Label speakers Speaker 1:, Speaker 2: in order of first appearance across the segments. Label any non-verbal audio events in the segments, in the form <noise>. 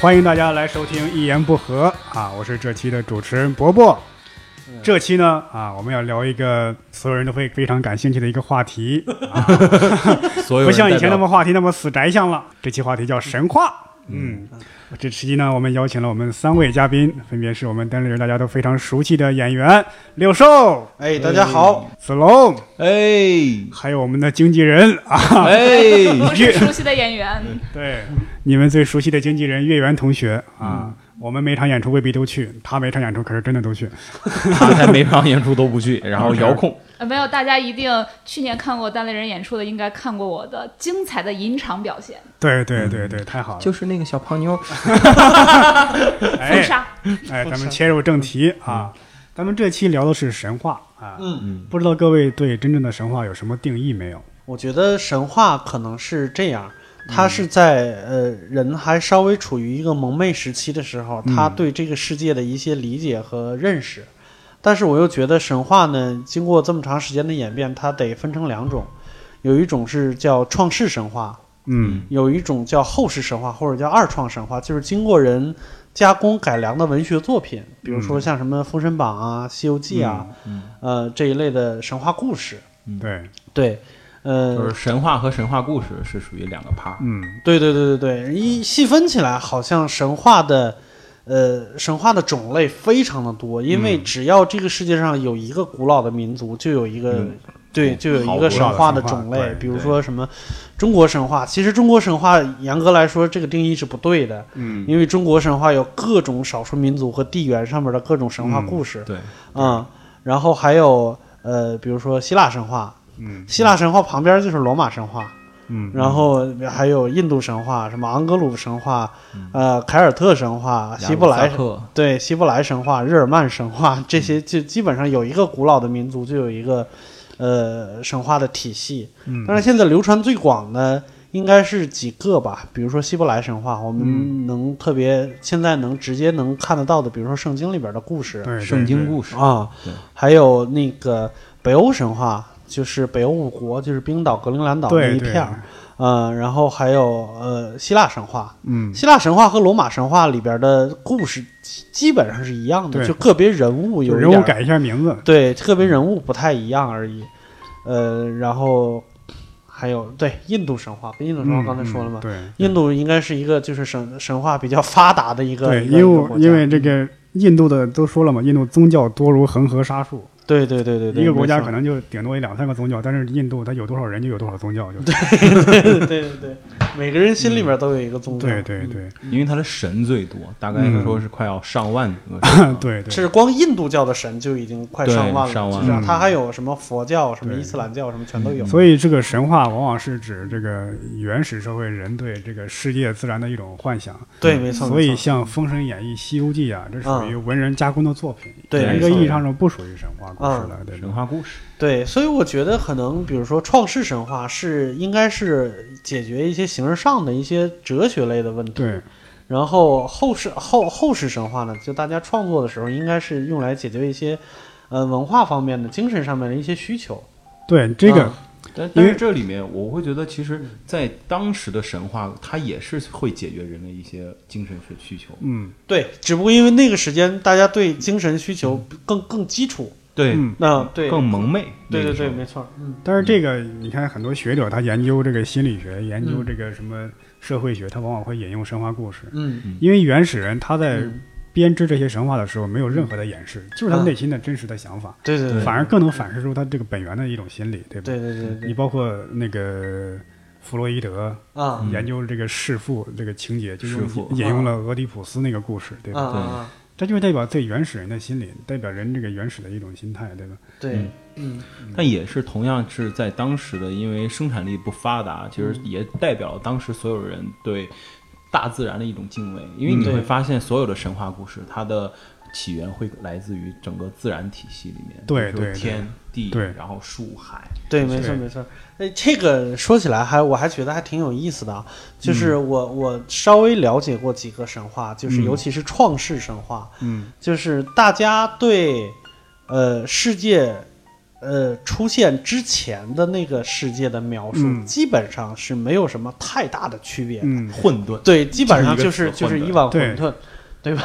Speaker 1: 欢迎大家来收听《一言不合》啊，我是这期的主持人伯伯。这期呢啊，我们要聊一个所有人都会非常感兴趣的一个话题，
Speaker 2: 所有
Speaker 1: 不
Speaker 2: 人
Speaker 1: 像以
Speaker 2: 代
Speaker 1: 前那
Speaker 2: 表
Speaker 1: 么话题那么死宅向了。这期话题叫神话。嗯，这期呢，我们邀请了我们三位嘉宾，分别是我们单立人大家都非常熟悉的演员六兽、
Speaker 3: 哎，大家好，
Speaker 1: 子龙，
Speaker 2: 哎
Speaker 1: 还有我们的经纪人啊，
Speaker 2: 哎，
Speaker 4: 我是熟悉的演员，
Speaker 1: 对，你们最熟悉的经纪人岳源同学啊，我们每场演出未必都去，他每场演出可是真的都去。
Speaker 2: 他才每场演出都不去，然
Speaker 1: <laughs>
Speaker 2: 后遥控，
Speaker 4: 呃，没有，大家一定去年看过单立人演出的，应该看过我的精彩的吟唱表现，
Speaker 1: 对对对
Speaker 3: 嗯
Speaker 1: 对，太好了！
Speaker 5: 就是那个小胖妞，
Speaker 4: 封
Speaker 1: 哎
Speaker 4: 杀。
Speaker 1: 哎，咱们切入正题啊，咱们这期聊的是神话啊，
Speaker 3: 嗯，
Speaker 1: 不知道各位对真正的神话有什么定义没有？
Speaker 3: 我觉得神话可能是这样，它是在呃人还稍微处于一个蒙昧时期的时候，他对这个世界的一些理解和认识。但是我又觉得神话呢，经过这么长时间的演变，它得分成两种，有一种是叫创世神话，
Speaker 1: 嗯
Speaker 3: 有一种叫后世神话或者叫二创神话，就是经过人加工改良的文学作品，比如说像什么《封神榜》啊、《西游记》啊，呃这一类的神话故事。
Speaker 1: 嗯对，
Speaker 3: 对，呃，
Speaker 2: 就是神话和神话故事是属于两个 part。
Speaker 1: 嗯
Speaker 3: 对对对对对，
Speaker 2: 嗯
Speaker 3: 一细分起来，好像神话的，呃，神话的种类非常的多，因
Speaker 2: 嗯
Speaker 3: 为只要这个世界上有一个古老的民族，就有一个。
Speaker 2: 嗯
Speaker 3: 对，就有
Speaker 2: 好
Speaker 3: 一
Speaker 2: 多的
Speaker 3: 个神话的
Speaker 1: 神话
Speaker 3: 种类
Speaker 1: 对，
Speaker 3: 比如
Speaker 2: 对
Speaker 3: 说什么中国神话。其实中国神话严格来说，这个定义是不对的，
Speaker 1: 嗯
Speaker 3: 因为中国神话有各种少数民族和地缘上面的各种神话
Speaker 1: 嗯
Speaker 3: 故事。
Speaker 2: 对，
Speaker 3: 嗯，然后还有呃，比如说希腊神话，
Speaker 1: 嗯
Speaker 3: 希腊神话旁边就是罗马神话。
Speaker 1: 嗯，
Speaker 3: 然后还有印度神话，什么昂格鲁神话，
Speaker 1: 嗯
Speaker 3: 呃，凯尔特神话，希伯来
Speaker 2: 雅鲁萨克
Speaker 3: 对希伯来神话、日耳曼神
Speaker 1: 嗯
Speaker 3: 话，这些就基本上有一个古老的民族就有一个呃神话的体系。
Speaker 1: 嗯
Speaker 3: 但是现在流传最广的应该是几个吧，比如说希伯来神话，我
Speaker 1: 嗯
Speaker 3: 们能特别现在能直接能看得到的，比如说圣经里边的故事
Speaker 1: 对
Speaker 2: 圣经故事，
Speaker 3: 啊
Speaker 2: 对，
Speaker 3: 还有那个北欧神话。就是北欧五国，就是冰岛、格陵兰岛那
Speaker 1: 对
Speaker 3: 一
Speaker 1: 对
Speaker 3: 片儿，呃，然后还有呃希腊神话，
Speaker 1: 嗯
Speaker 3: 希腊神话和罗马神话里边的故事基基本上是一样的，
Speaker 1: 对
Speaker 3: 就个别人物
Speaker 1: 就
Speaker 3: 有一
Speaker 1: 人
Speaker 3: 点
Speaker 1: 物
Speaker 3: 儿
Speaker 1: 改一下名字，
Speaker 3: 对，个别人物不太一样而已。呃，然后还有对印度神话，印度神话
Speaker 1: 嗯
Speaker 3: 刚才说了嘛，
Speaker 1: 嗯对。
Speaker 3: 印度应该是一个就是神神话比较发达的一个
Speaker 1: 对，
Speaker 3: 一
Speaker 1: 因
Speaker 3: 个一个
Speaker 1: 为
Speaker 3: 国家
Speaker 1: 因为这个印度的都说了嘛，印度宗教多如恒河沙数，
Speaker 3: 对对对对对，
Speaker 1: 一个国家可
Speaker 3: 能
Speaker 1: 能就顶多一两三个宗教，但是印度它有多少人就有多少宗教，就是
Speaker 3: <laughs> 对对对对，每个人心里边都有一个宗教，
Speaker 1: 嗯
Speaker 3: 嗯
Speaker 1: 对对对 <laughs>
Speaker 2: 因为他的神最多，大概
Speaker 1: 嗯，
Speaker 2: 说是快要上万个
Speaker 1: <laughs> 对对，
Speaker 3: 是光印度教的神就已经快
Speaker 2: 对
Speaker 3: 上万了，
Speaker 2: 上万
Speaker 3: 就是啊
Speaker 1: 了
Speaker 3: 它还有什么佛教、什么
Speaker 1: 对
Speaker 3: 伊斯兰教，什么全都有。
Speaker 2: 嗯
Speaker 1: 所以这个神话往往是指这个原始社会人对这个世界自然的一种幻想。
Speaker 3: 对，没错。
Speaker 1: 所以
Speaker 3: 没错
Speaker 1: 像《封神演义》《西游记》啊，这属于文人加工的作品，
Speaker 3: 对
Speaker 1: 严
Speaker 2: 没
Speaker 1: 格
Speaker 2: 错
Speaker 1: 意义上说不属于神话故事了，对
Speaker 2: 神
Speaker 1: 吧？
Speaker 2: 话故事，
Speaker 3: 对，所以我觉得可能，比如说创世神话是应该是解决一些形而上的一些哲学类的问题，
Speaker 1: 对，
Speaker 3: 然后后世后后世神话呢，就大家创作的时候应该是用来解决一些，呃，文化方面的、精神上面的一些需求。
Speaker 1: 对这个，
Speaker 3: 啊
Speaker 2: 但
Speaker 1: 因
Speaker 2: 但
Speaker 1: 为
Speaker 2: 是这里面我会觉得，其实，在当时的神话，它也是会解决人的一些精神需需求。
Speaker 1: 嗯，
Speaker 3: 对，只不过因为那个时间大家对精神需求更更基础，
Speaker 2: 对，
Speaker 1: 嗯
Speaker 3: 那啊对，
Speaker 2: 更蒙昧。那
Speaker 3: 对对
Speaker 2: 个时
Speaker 3: 对，
Speaker 2: 候
Speaker 3: 没错，嗯，
Speaker 1: 但是这个你看，很多学者他研究这个心理学，研究这个什么社会学，他往往会引用神话故事，
Speaker 3: 嗯，
Speaker 1: 因为原始人他在
Speaker 3: 嗯
Speaker 1: 编织这些神话的时候没有任何的掩饰，就是他
Speaker 3: 啊
Speaker 1: 内心的真实的想法，
Speaker 3: 对对对，
Speaker 1: 反而更能反射出他这个本源的一种心理，对吧？
Speaker 3: 对对对对
Speaker 1: 你包括那个弗洛伊德
Speaker 3: 啊
Speaker 1: 研究这个弑父这个情节，就
Speaker 2: 嗯弑父啊
Speaker 1: 用引用了俄狄浦斯那个故事，对
Speaker 3: 啊
Speaker 1: 吧？
Speaker 3: 啊啊，
Speaker 1: 这就是代表最原始人的心理，代表人这个原始的一种心态，对吧？
Speaker 3: 对，嗯，
Speaker 2: 但也是同样是在当时的，因为生产力不发达，其
Speaker 1: 嗯
Speaker 2: 实也代表了当时所有人对大自然的一种敬畏。因为你
Speaker 3: 嗯
Speaker 2: 会
Speaker 3: 对
Speaker 2: 发现，所有的神话故事，它的起源会来自于整个自然体系里面，
Speaker 1: 对
Speaker 2: 比如说
Speaker 1: 对
Speaker 2: 天地，
Speaker 1: 对
Speaker 2: 然后树海，
Speaker 3: 对，没
Speaker 1: 对
Speaker 3: 错没错。哎，这个说起来还我还觉得还挺有意思的啊，
Speaker 1: 嗯
Speaker 3: 就是我、我稍微了解过几个神话，就是
Speaker 1: 嗯
Speaker 3: 尤其是创世神话，
Speaker 1: 嗯
Speaker 3: 就是大家对呃世界呃出现之前的那个世界的描述，
Speaker 1: 嗯
Speaker 3: 基本上是没有什么太大的区别的。
Speaker 1: 嗯，
Speaker 5: 混沌，
Speaker 3: 对，基本上就是
Speaker 5: 就
Speaker 3: 就是是
Speaker 5: 一个
Speaker 3: 一碗
Speaker 1: 混
Speaker 3: 馄饨，对吧？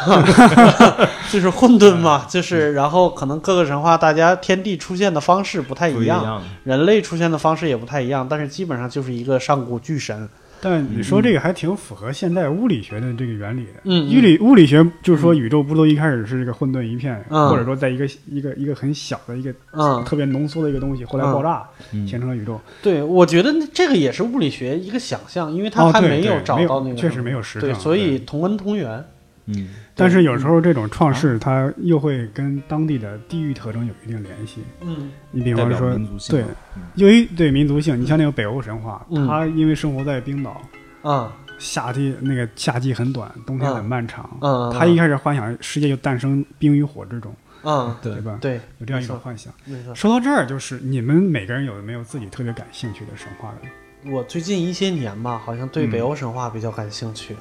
Speaker 3: <laughs> 就是混沌嘛，就是然后可能各个神话大家天地出现的方式不太
Speaker 5: 不
Speaker 3: 一
Speaker 5: 样
Speaker 3: 样，
Speaker 5: 的。
Speaker 2: 嗯
Speaker 3: 人类出现的方式也不太一样，但是基本上就是一个上古巨神。
Speaker 1: 但你
Speaker 2: 嗯
Speaker 1: 说这个还挺符合现代物理学的这个原理的。
Speaker 3: 嗯
Speaker 1: 物理物理学就是说，宇宙不都一开始是这个混沌一片，
Speaker 3: 嗯
Speaker 1: 或者说在一个一个一个很小的一个
Speaker 3: 嗯，
Speaker 1: 特别浓缩的一个东西，后来
Speaker 3: 嗯
Speaker 1: 爆炸
Speaker 5: 嗯
Speaker 1: 形成了宇宙。
Speaker 3: 对，我觉得这个也是物理学一个想象，因为它
Speaker 1: 哦
Speaker 3: 还
Speaker 1: 对
Speaker 3: 没
Speaker 1: 对
Speaker 3: 有找
Speaker 1: 没有
Speaker 3: 到那个，
Speaker 1: 确实没有实
Speaker 3: 对，
Speaker 1: 证
Speaker 3: 所以
Speaker 1: 对
Speaker 3: 同根同源。
Speaker 5: 嗯，
Speaker 1: 但是有时候这种
Speaker 3: 嗯
Speaker 1: 创世，它又会跟当地的地域特征有一定联系。
Speaker 3: 嗯
Speaker 1: 你比
Speaker 5: 代
Speaker 1: 方
Speaker 5: 表
Speaker 1: 说，
Speaker 5: 民族性
Speaker 1: 对
Speaker 5: 嘛，
Speaker 1: 由于对民族性，你像那个北欧神话，
Speaker 3: 嗯
Speaker 1: 它因为生活在冰岛，
Speaker 3: 啊
Speaker 1: 夏天那个夏季很短，冬天很漫长。
Speaker 3: 嗯，
Speaker 1: 他一开始幻想世界就诞生冰与火之中，
Speaker 3: 嗯，
Speaker 5: 对
Speaker 1: 吧？
Speaker 3: 对，
Speaker 1: 有这样一种
Speaker 3: 没错嗯
Speaker 1: 幻想。
Speaker 3: 没错。
Speaker 1: 说到这儿，就是你们每个人有没有自己特别感兴趣的神话的？
Speaker 3: 我最近一些年吧，好像对北
Speaker 1: 嗯
Speaker 3: 欧神话比较感兴趣，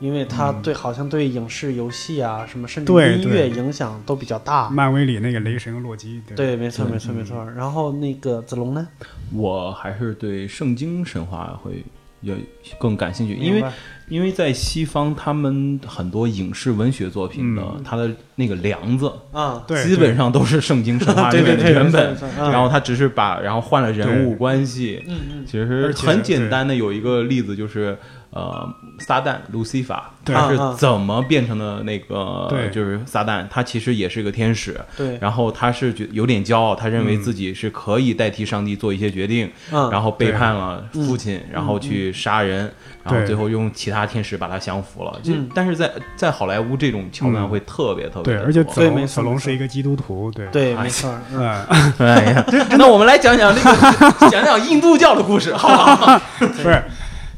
Speaker 3: 因为它对好像对影视、游戏啊什么，甚至
Speaker 1: 对
Speaker 3: 音乐影响都比较大。
Speaker 1: 漫威里那个雷神和洛基，对吧
Speaker 3: 啊
Speaker 1: 嗯
Speaker 3: 对，没错，没错，没错。然后那个子龙呢？
Speaker 5: 我还是对圣经神话会有更感兴趣，因
Speaker 3: 明
Speaker 5: 为
Speaker 3: 白
Speaker 5: 因为在西方，他们很多影视文学作品呢，它的那个梁子
Speaker 3: 啊，
Speaker 1: 对，
Speaker 5: 基本上都是圣经神话
Speaker 3: 对
Speaker 5: 里
Speaker 3: 对
Speaker 5: 面的
Speaker 3: 对，
Speaker 5: 原
Speaker 3: 没错
Speaker 5: 本
Speaker 3: 没，错
Speaker 5: 然
Speaker 3: 啊
Speaker 5: 后他只是把然后换了人物
Speaker 1: 对
Speaker 5: 关系，
Speaker 3: 嗯嗯
Speaker 5: 其实
Speaker 1: 而且
Speaker 5: 很简单的有一个例子就是。呃，撒旦路西法，
Speaker 1: 对
Speaker 5: 他是
Speaker 3: 啊啊
Speaker 5: 怎么变成的那个？
Speaker 1: 对
Speaker 5: 就是撒旦，他其实也是个天使，
Speaker 3: 对，
Speaker 5: 然后他是觉有点骄傲，他认为自己是可以代替上帝做一些决定，
Speaker 3: 嗯，
Speaker 5: 然
Speaker 3: 后
Speaker 5: 后背叛了父亲，然后去杀人，然后最后用其他天使把他降服了。就
Speaker 3: 嗯
Speaker 5: 但是在在好莱坞这种桥段
Speaker 1: 嗯
Speaker 5: 会特别特别
Speaker 1: 对，
Speaker 5: 地
Speaker 1: 而且
Speaker 5: 多
Speaker 1: 子
Speaker 3: 对没
Speaker 1: 龙
Speaker 3: 错
Speaker 1: 子龙
Speaker 3: 没
Speaker 1: 是一个基督徒，对，
Speaker 3: 对，没错，嗯
Speaker 1: 嗯，
Speaker 5: 哎呀，那我们来讲讲那
Speaker 1: <laughs>
Speaker 5: 个讲讲印度教的故事，好不好？
Speaker 1: 不是，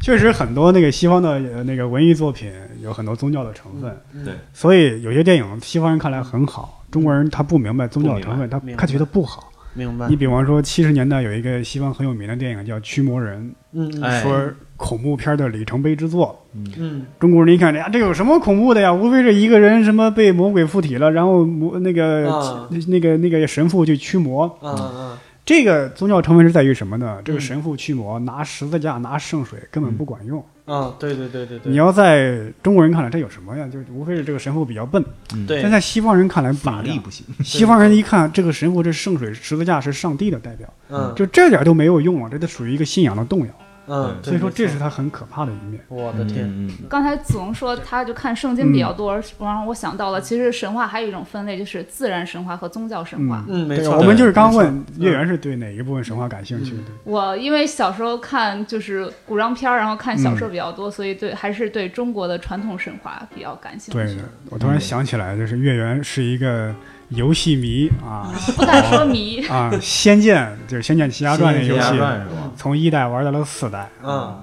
Speaker 1: 确实很多那个西方的呃那个文艺作品有很多宗教的成分，
Speaker 3: 嗯
Speaker 5: 对，
Speaker 1: 所以有些电影西方人看来很好，中国人他不明白宗教的成分，他
Speaker 3: 不明白嗯
Speaker 1: 他觉得不好。
Speaker 3: 明白
Speaker 1: 你。比方说，七十年代有一个西方很有名的电影叫《驱魔人
Speaker 3: 嗯嗯》，
Speaker 5: 哎
Speaker 1: 说恐怖片的里程碑之作。
Speaker 3: 嗯
Speaker 1: 中国人一看，哎呀，这有什么恐怖的呀？无非是一个人什么被魔鬼附体了，然后魔那个、
Speaker 3: 啊
Speaker 1: 那个那个神父去驱魔。
Speaker 3: 啊
Speaker 1: 嗯
Speaker 3: 啊，
Speaker 1: 这个宗教成分是在于什么呢？这个
Speaker 3: 嗯
Speaker 1: 神父驱魔拿十字架拿圣水根本不管用。
Speaker 3: 啊，对对对对对，
Speaker 1: 你要在中国人看来，这有什么呀？就无非是这个神父比较笨。但
Speaker 3: <laughs> 对
Speaker 1: 在西方人看来不
Speaker 5: 法
Speaker 1: 一
Speaker 5: 力
Speaker 1: 样，
Speaker 5: 不行，
Speaker 1: 西方人一看这个神父这圣水十字架是上帝的代表。
Speaker 3: 嗯
Speaker 1: 就这点儿都没有用啊，这都属于一个信仰的动摇，
Speaker 3: 嗯，对
Speaker 1: 所以说
Speaker 3: 没
Speaker 1: 这
Speaker 3: 错
Speaker 1: 是他很可怕的一面。
Speaker 3: 我的天，
Speaker 5: 嗯，嗯嗯
Speaker 4: 刚才子龙说他就看圣经比较
Speaker 1: 嗯
Speaker 4: 多，然后我想到了，其实神话还有一种分类，就是自然神话和宗教神话。
Speaker 3: 嗯，没
Speaker 1: 对，
Speaker 3: 错，
Speaker 1: 我们就是
Speaker 3: 没
Speaker 1: 刚
Speaker 3: 错嗯
Speaker 1: 问月圆是对哪一部分神话感兴趣的，
Speaker 4: 我因为小时候看就是古装片儿，然后看小
Speaker 1: 嗯
Speaker 4: 说比较多，所以对还是对中国的传统神话比较感兴
Speaker 1: 对
Speaker 4: 趣。
Speaker 1: 对，我突然想起来，就是月圆是一个游戏迷啊
Speaker 3: 嗯
Speaker 4: 不敢说迷，
Speaker 1: 啊，《仙剑》就是《仙剑奇侠传》那游
Speaker 5: 仙剑奇侠
Speaker 1: 戏，
Speaker 5: 传是吧？
Speaker 1: 从一代玩到了四代，
Speaker 3: 嗯，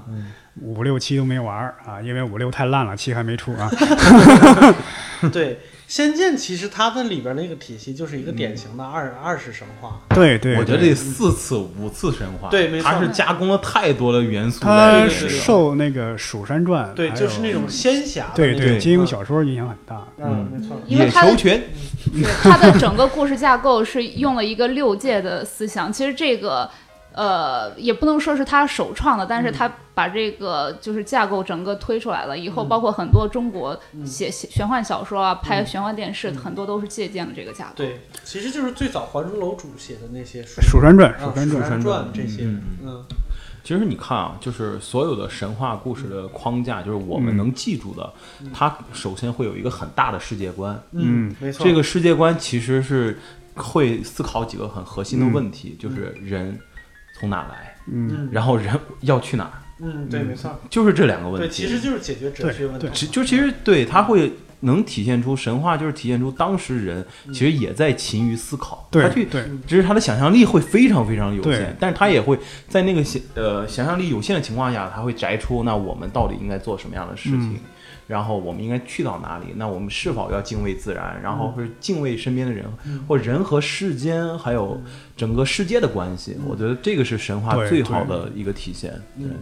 Speaker 1: 五六七都没玩儿啊，因为五六太烂了，七还没出啊。嗯
Speaker 3: 对，《仙剑》其实它的里边那个体系就是一个典型的二、二世神话。
Speaker 1: 对对，
Speaker 5: 我觉得
Speaker 1: 对
Speaker 5: 得四次五次神话，
Speaker 3: 对没错
Speaker 5: 它是加工了太多的元素在
Speaker 1: 他
Speaker 5: 里面了。
Speaker 1: 受那个《蜀山传》
Speaker 3: 对，
Speaker 1: 还有
Speaker 3: 就是那种仙侠的
Speaker 1: 对
Speaker 3: 那嗯
Speaker 1: 对
Speaker 3: 种
Speaker 1: 金庸。小说影响很大。
Speaker 3: 嗯，没错。
Speaker 4: 因为
Speaker 5: 野
Speaker 4: 它的
Speaker 5: 球拳，
Speaker 4: 对 <laughs> 它的整个故事架构是用了一个六界的思想。其实这个，呃，也不能说是他首创的，
Speaker 3: 嗯
Speaker 4: 但是他把这个就是架构整个推出来了。以后
Speaker 3: 嗯
Speaker 4: 包括很多中国写写玄幻小说啊，拍玄幻电
Speaker 3: 嗯
Speaker 4: 视，很多都是借鉴了这个架构。
Speaker 3: 对，其实就是最早还珠楼主写的那些书
Speaker 1: 《蜀山传》，《
Speaker 3: 啊
Speaker 1: 蜀
Speaker 3: 《
Speaker 1: 山
Speaker 3: 蜀
Speaker 1: 传》
Speaker 3: 山传》这些，
Speaker 5: 嗯
Speaker 3: 嗯
Speaker 5: 其实你看啊，就是所有的神话故事的框架，就是我们
Speaker 1: 嗯
Speaker 5: 能记住的，它首先会有一个很大的世界观。
Speaker 1: 嗯
Speaker 3: 嗯，没错。
Speaker 5: 这个世界观其实是会思考几个很核心的问题，就是人从哪来，
Speaker 1: 嗯，
Speaker 3: 嗯，
Speaker 5: 然后人要去哪儿，
Speaker 3: 嗯，对，没错。
Speaker 5: 就是这两个问
Speaker 3: 对，
Speaker 5: 题。
Speaker 3: 其实就是解决哲学问题
Speaker 1: 对。
Speaker 5: 其就其实对它会能体现出神话，就是体现出当时人
Speaker 3: 嗯
Speaker 5: 其实也在勤于思考，他
Speaker 1: 对
Speaker 5: 去
Speaker 1: 对，
Speaker 5: 只是他的想象力会非常非常有
Speaker 1: 对
Speaker 5: 限，但是他也会在那个想呃想象力有限的情况下，他会摘出那我们到底应该做什么样的事情，
Speaker 1: 嗯
Speaker 5: 然后我们应该去到哪里，那我们是否要敬畏自然，然
Speaker 1: 嗯
Speaker 5: 后是敬畏身边的人，
Speaker 3: 嗯
Speaker 5: 或人和世间还有整个世界的关系，我觉得这个是神话
Speaker 1: 嗯对
Speaker 5: 最好的一个体现。对
Speaker 3: 嗯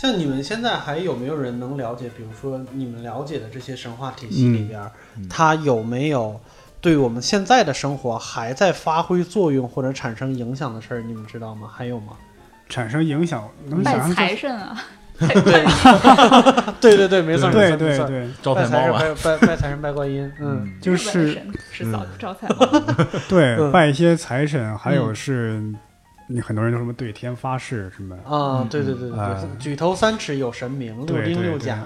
Speaker 3: 像你们现在还有没有人能了解？比如说你们了解的这些神话体系里边儿，它有没有对我们现在的生活还在发挥作用或者产生影响的事儿，你们知道吗？还有吗？
Speaker 1: 产生影响，能
Speaker 4: 拜
Speaker 1: 想象
Speaker 4: 财
Speaker 1: 出
Speaker 5: <laughs>
Speaker 4: 神啊，
Speaker 3: 对对对，没错，
Speaker 1: 对
Speaker 3: 没错
Speaker 1: 对
Speaker 3: 没错
Speaker 1: 对，
Speaker 5: 招
Speaker 3: 拜
Speaker 5: 财
Speaker 3: 财
Speaker 5: 猫
Speaker 3: 神
Speaker 5: 吧，
Speaker 3: 拜拜拜财神拜观音，嗯，
Speaker 1: 就
Speaker 4: 日本的
Speaker 1: 是
Speaker 4: 神
Speaker 5: 嗯
Speaker 4: 是早招财
Speaker 5: <laughs>
Speaker 4: 猫。
Speaker 1: 对
Speaker 3: 嗯
Speaker 1: 拜一些财神，还有
Speaker 3: 嗯
Speaker 1: 是你很多人都什么对天发誓什么，
Speaker 3: 啊
Speaker 5: 嗯，
Speaker 3: 对对对对
Speaker 1: 哎
Speaker 3: 对，举头三尺有神明，六
Speaker 1: 对
Speaker 3: 丁
Speaker 1: 对
Speaker 3: 六
Speaker 1: 对
Speaker 3: 甲，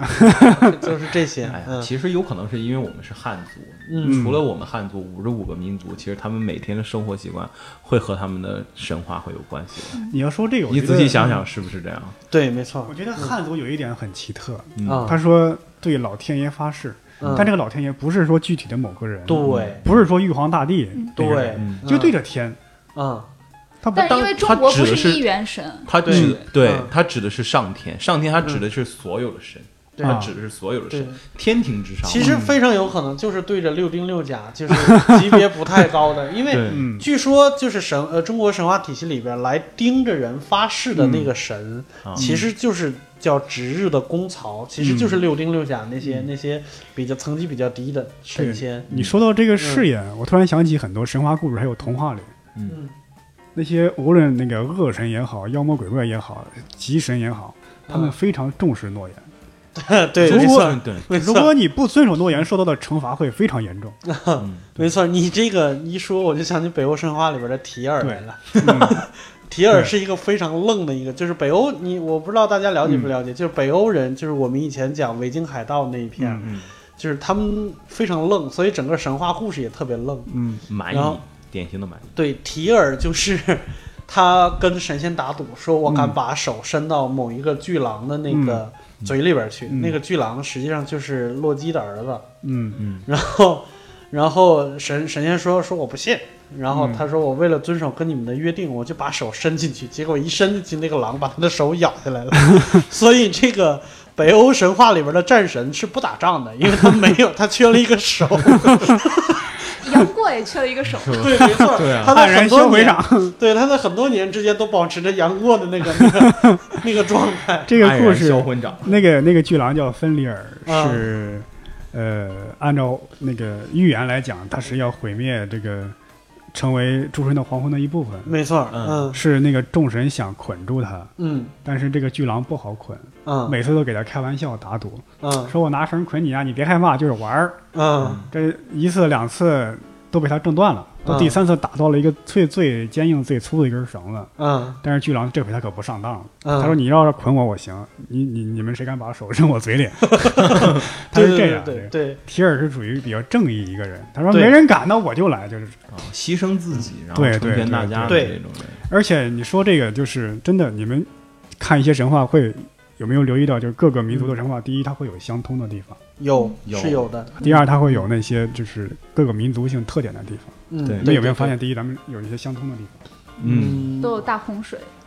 Speaker 3: 就是这些
Speaker 5: 哎，呀，
Speaker 3: 嗯
Speaker 5: 其实有可能是因为我们是汉族，
Speaker 3: 嗯
Speaker 5: 除了我们汉族五十五个民族，其实他们每天的生活习惯会和他们的神话会有关系
Speaker 3: 嗯
Speaker 4: 嗯
Speaker 5: 的。
Speaker 1: 你要说这个，我
Speaker 5: 你
Speaker 1: 觉得
Speaker 5: 仔细想，想，是不是这样？
Speaker 3: 对，没错
Speaker 1: 我，觉得汉族有一点很奇特，
Speaker 5: 嗯
Speaker 3: 啊
Speaker 1: 他说对老天爷发誓，
Speaker 3: 嗯
Speaker 1: 但这个老天爷不是说具体的某个人，
Speaker 3: 对
Speaker 1: 不是说玉皇大帝那个人，
Speaker 3: 对
Speaker 5: 嗯，
Speaker 1: 嗯就对着天，
Speaker 3: 啊，
Speaker 1: 他不
Speaker 4: 但是因为
Speaker 5: 当
Speaker 4: 中
Speaker 5: 他
Speaker 4: 国
Speaker 5: 指
Speaker 4: 不
Speaker 5: 的是
Speaker 4: 一元神，
Speaker 5: 他
Speaker 3: 对
Speaker 5: 指对
Speaker 3: 嗯
Speaker 5: 他指的是上天，上天他指的是所有的神，
Speaker 3: 对啊
Speaker 5: 他啊指的是所有的神
Speaker 3: 对，
Speaker 5: 天庭之上。嗯
Speaker 3: 其实非常有可能就是对着六丁六甲，就是级别不太高的，因为
Speaker 5: 对，
Speaker 1: 嗯，
Speaker 3: 据说就是神呃中国神话体系里边来盯着人发誓的那个神，
Speaker 5: 啊
Speaker 3: 其实就是叫值日的公曹，其实就是六丁六甲那些、那些比较层级比较低的神仙。
Speaker 1: 你说到这个誓言，我突然想起很多神话故事还有童话里。
Speaker 3: 嗯
Speaker 1: 那些无论那个恶神也好，妖魔鬼怪也好，吉神也好，他们
Speaker 3: 嗯
Speaker 1: 非常重视诺言。
Speaker 3: <laughs> 对，
Speaker 1: 如
Speaker 3: 没
Speaker 1: 果
Speaker 3: 错
Speaker 5: 嗯，对，
Speaker 3: 没
Speaker 1: 如
Speaker 3: 错。
Speaker 1: 果你不遵守诺言，受到的惩罚会非常严重。
Speaker 5: 嗯
Speaker 3: 没错，你这个一说，我就想起北欧神话里边的提尔来了。
Speaker 1: 嗯
Speaker 3: <laughs> 提尔是一个非常愣的一个，就是北欧，你我不知道大家了解
Speaker 1: 嗯
Speaker 3: 不了解，就是北欧人，就是我们以前讲维京海盗那一片，
Speaker 1: 嗯
Speaker 5: 嗯
Speaker 3: 就是他们非常愣，所以整个神话故事也特别愣。
Speaker 1: 嗯，
Speaker 5: 蚂
Speaker 3: 然后
Speaker 5: 蚁，典型的蚂蚁。
Speaker 3: 对，提尔就是 <laughs> 他跟神仙打赌，说我敢
Speaker 1: 嗯
Speaker 3: 把手伸到某一个巨狼的那个嘴里边去，
Speaker 1: 嗯
Speaker 3: 那个巨狼实际上就是洛基的儿子。
Speaker 1: 嗯
Speaker 5: 嗯
Speaker 3: 然后，然后神神仙说说我不信，然后
Speaker 1: 嗯
Speaker 3: 他说我为了遵守跟你们的约定，我就把手伸进去，结果一伸进去，那个狼把他的手咬下 <laughs> 来了。所以这个北欧神话里边的战神是不打仗的，因为他没有 <laughs> 他缺了一个手。
Speaker 4: 杨过也缺了一个手。
Speaker 3: <laughs> 对，没错，
Speaker 5: 对啊
Speaker 3: 他
Speaker 1: 黯
Speaker 3: 在
Speaker 1: 然
Speaker 3: 很多
Speaker 1: 销毁
Speaker 3: 年，
Speaker 1: 场。
Speaker 3: 对他在很多年之间都保持着杨过的那个那 <laughs> 个那个状态。
Speaker 1: 这个
Speaker 5: 黯
Speaker 1: 故
Speaker 5: 然销
Speaker 1: 事，
Speaker 5: 魂掌，
Speaker 1: 那个那个巨狼叫芬里尔，
Speaker 3: 啊
Speaker 1: 是呃，按照那个预言来讲，他是要毁灭这个，成为诸神的黄昏的一部分。
Speaker 3: 没错，嗯
Speaker 5: 嗯
Speaker 1: 是那个众神想捆住他，
Speaker 3: 嗯
Speaker 1: 但是这个巨狼不好捆，
Speaker 3: 嗯
Speaker 1: 每次都给他开玩笑打赌，
Speaker 3: 嗯
Speaker 1: 说我拿绳捆你啊，你别害怕，就是玩儿。
Speaker 3: 嗯，
Speaker 1: 这一次两次都被他挣断了，到第
Speaker 3: 嗯
Speaker 1: 三次打到了一个最最坚硬、最粗的一根绳子。
Speaker 3: 嗯
Speaker 1: 但是巨狼这回他可不上当了，
Speaker 3: 嗯，
Speaker 1: 他说：“你要是捆我，我行。你你你们谁敢把手扔我嘴里？” <laughs> 他
Speaker 3: 对
Speaker 1: 是这
Speaker 3: 对对
Speaker 1: 样。
Speaker 3: 对
Speaker 1: 的。
Speaker 3: 对，
Speaker 1: 提尔是属于比较正义一个人，他说：“没
Speaker 3: 对
Speaker 1: 人敢，那我就来。”就是，
Speaker 5: 啊牺牲自己，然后
Speaker 1: 对
Speaker 5: 成
Speaker 1: 对
Speaker 5: 全
Speaker 1: 对
Speaker 5: 大家的
Speaker 3: 对
Speaker 5: 这种人。
Speaker 1: 而且你说这个就是真的，你们看一些神话会有没有留意到，就是各个民族的神话，第一它会有相通的地方，
Speaker 3: 有
Speaker 5: 有
Speaker 3: 是有的，
Speaker 1: 第二它会有那些就是各个民族性特点的地方。
Speaker 3: 嗯，
Speaker 5: 对
Speaker 1: 你们有没有发现，第一咱们有一些相通的地方？
Speaker 5: 嗯，
Speaker 4: 都有大洪水，
Speaker 3: 嗯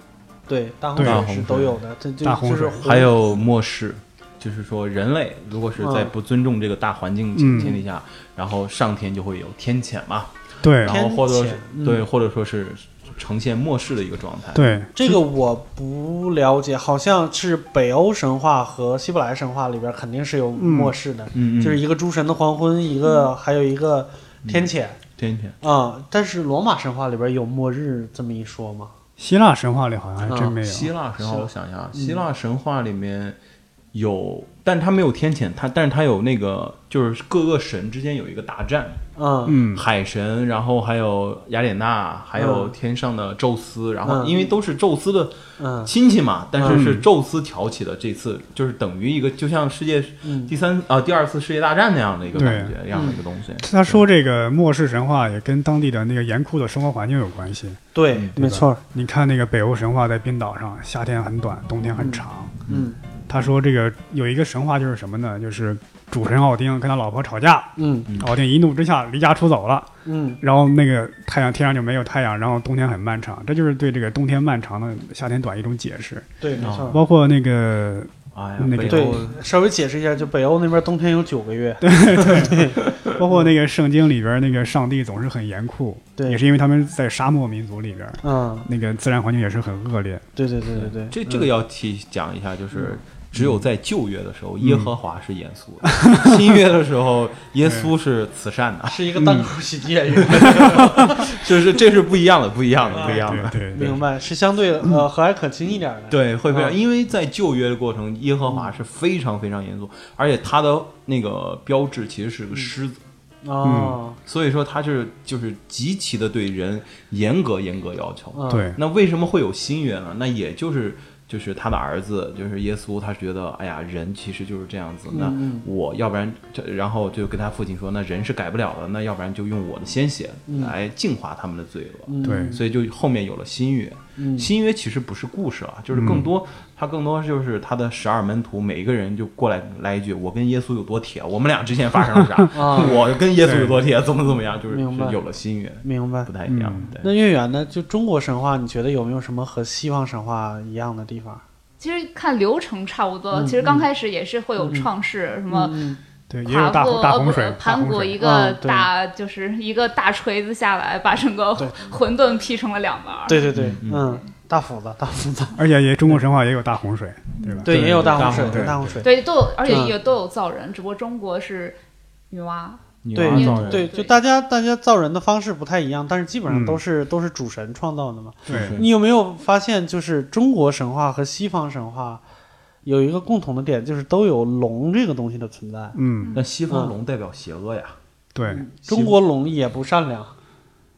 Speaker 3: 对大
Speaker 1: 对
Speaker 3: 洪
Speaker 5: 大洪
Speaker 3: 水是
Speaker 5: 水
Speaker 3: 都有的，这就
Speaker 1: 大洪
Speaker 3: 就是
Speaker 1: 水
Speaker 3: 洪
Speaker 5: 还有末世，就是说人类如果是在
Speaker 3: 嗯
Speaker 5: 不尊重这个大环境
Speaker 1: 嗯
Speaker 5: 前提下，然后上天就会有天谴嘛，
Speaker 1: 对
Speaker 5: 然后或者
Speaker 3: 天
Speaker 5: 是
Speaker 3: 谴嗯
Speaker 5: 对，或者说是呈现末世的一个状态。
Speaker 1: 对，
Speaker 3: 这个我不了解，好像是北欧神话和希伯来神话里边肯定是有末世的，
Speaker 5: 嗯，嗯，嗯
Speaker 3: 就是一个诸神的黄昏，一个还有一个天谴
Speaker 5: 天谴。
Speaker 3: 啊、但是罗马神话里边有末日这么一说吗？
Speaker 1: 希腊神话里好像还真没有。
Speaker 5: 啊希腊神话，
Speaker 3: 是嗯
Speaker 5: 我想一下，啊希腊神话里面有，但它没有天谴，它但是它有那个，就是各个神之间有一个大战，
Speaker 3: 嗯
Speaker 1: 嗯，
Speaker 5: 海神，然后还有雅典娜，还有
Speaker 3: 嗯
Speaker 5: 天上的宙斯，然后
Speaker 3: 嗯
Speaker 5: 因为都是宙斯的
Speaker 3: 嗯
Speaker 5: 亲戚嘛，但是是
Speaker 1: 嗯
Speaker 5: 宙斯挑起的，这次就是等于一个就像世界
Speaker 3: 嗯
Speaker 5: 第三啊第二次世界大战那样的一个感觉，那样的一个东西。
Speaker 1: 他说这个末世神话也跟当地的那个严酷的生活环境有关系。
Speaker 3: 对，
Speaker 5: 嗯对吧
Speaker 3: 没错，
Speaker 1: 你看那个北欧神话在冰岛上，夏天很短，冬天很长。
Speaker 3: 嗯
Speaker 1: 他说这个有一个神话就是什么呢？就是主神奥丁跟他老婆吵架，
Speaker 3: 嗯
Speaker 5: 嗯
Speaker 1: 奥丁一怒之下离家出走了，
Speaker 3: 嗯
Speaker 1: 然后那个太阳天上就没有太阳，然后冬天很漫长，这就是对这个冬天漫长的夏天短一种解释。
Speaker 3: 对，没
Speaker 5: 啊
Speaker 3: 错。
Speaker 1: 包括那个
Speaker 5: 哎呀，
Speaker 1: 那个
Speaker 5: 北欧
Speaker 3: 对，稍微解释一下，就北欧那边冬天有九个月，
Speaker 1: 包括那个圣经里边那个上帝总是很严酷，
Speaker 3: 对
Speaker 1: 也是因为他们在沙漠民族里边，
Speaker 3: 嗯，
Speaker 1: 那个自然环境也是很恶劣。
Speaker 3: 对对对对对，
Speaker 5: 这这个要提讲一下，就是只有在旧约的时候，耶和华是严肃的；
Speaker 1: 嗯
Speaker 5: <laughs> 新约的时候，耶稣是慈
Speaker 1: <laughs>
Speaker 5: 善的，
Speaker 3: 是一个单口喜剧演员。
Speaker 5: 就是这是不一样的，不一样的，不一样
Speaker 1: 对
Speaker 5: 的。
Speaker 1: 对对，
Speaker 3: 明白，是相对呃和蔼可亲一点的。，
Speaker 5: 对，会非
Speaker 1: 嗯
Speaker 3: 啊
Speaker 5: 常，因为在旧约的过程，耶和华是非常非常严肃，而且他的那个标志其实是
Speaker 1: 嗯
Speaker 5: 个狮子，
Speaker 3: 哦，
Speaker 5: 所以说他是就是极其的对人严格严格要求。
Speaker 3: 嗯，
Speaker 1: 对
Speaker 5: 那为什么会有新约呢？那也就是就是他的儿子，就是耶稣，他觉得哎呀，人其实就是这样子。那
Speaker 3: 嗯
Speaker 5: 我要不然，这然后就跟他父亲说，那人是改不了的，那要不然就用我的鲜血来净化他们的罪恶。
Speaker 3: 嗯，
Speaker 1: 对
Speaker 5: 所以就后面有了新约。
Speaker 3: 嗯
Speaker 5: 新约其实不是故事了，就是更多，他更多就是他的十二门徒每一个人就过来来一句：“我跟耶稣有多铁，我们俩之前发生了啥？
Speaker 3: <laughs> 啊
Speaker 5: 我跟耶稣有多铁，怎么怎么样？”就是
Speaker 3: 明白嗯
Speaker 5: 是有了新约，
Speaker 3: 明白
Speaker 5: 不。太一样。
Speaker 3: 那
Speaker 5: 对，
Speaker 3: 月圆呢？就中国神话，你觉得有没有什么和西方神话一样的地方？
Speaker 4: 其实看流程差不多，
Speaker 3: 嗯
Speaker 4: 其实刚开始也是会有
Speaker 3: 嗯
Speaker 4: 创世，什么
Speaker 3: 嗯，
Speaker 1: 对，也有
Speaker 4: 盘
Speaker 1: 大
Speaker 4: 古
Speaker 1: 大
Speaker 4: 呃
Speaker 1: 洪
Speaker 4: 不
Speaker 1: 水，大
Speaker 4: 盘
Speaker 1: 洪
Speaker 4: 古
Speaker 1: 水
Speaker 4: 一个
Speaker 3: 嗯对
Speaker 4: 大、就是一个大锤子下来，把整个
Speaker 3: 对
Speaker 4: 混沌劈成了两半儿。
Speaker 3: 对对对，
Speaker 5: 嗯
Speaker 3: 嗯，大斧子，大斧子，
Speaker 1: 而且也中国神话也有大洪水，对吧？
Speaker 3: 对，也有大
Speaker 5: 大
Speaker 3: 洪水
Speaker 5: 洪，水
Speaker 3: 大洪水，
Speaker 4: 对，都有，而且
Speaker 3: 嗯
Speaker 4: 也都有造人，只不过中国是女娲。
Speaker 5: 女
Speaker 3: 对
Speaker 5: 娲造人，
Speaker 3: 对，
Speaker 4: 对
Speaker 3: 就大家大家造人的方式不太一样，但是基本上
Speaker 1: 嗯
Speaker 3: 都是都是主神创造的嘛。
Speaker 1: 对
Speaker 5: 是
Speaker 3: 你有没有发现，就是中国神话和西方神话有一个共同的点，就是都有龙这个东西的存在。
Speaker 1: 嗯，
Speaker 5: 那西方龙代表邪恶呀，
Speaker 1: 对，
Speaker 3: 中国龙也不善良，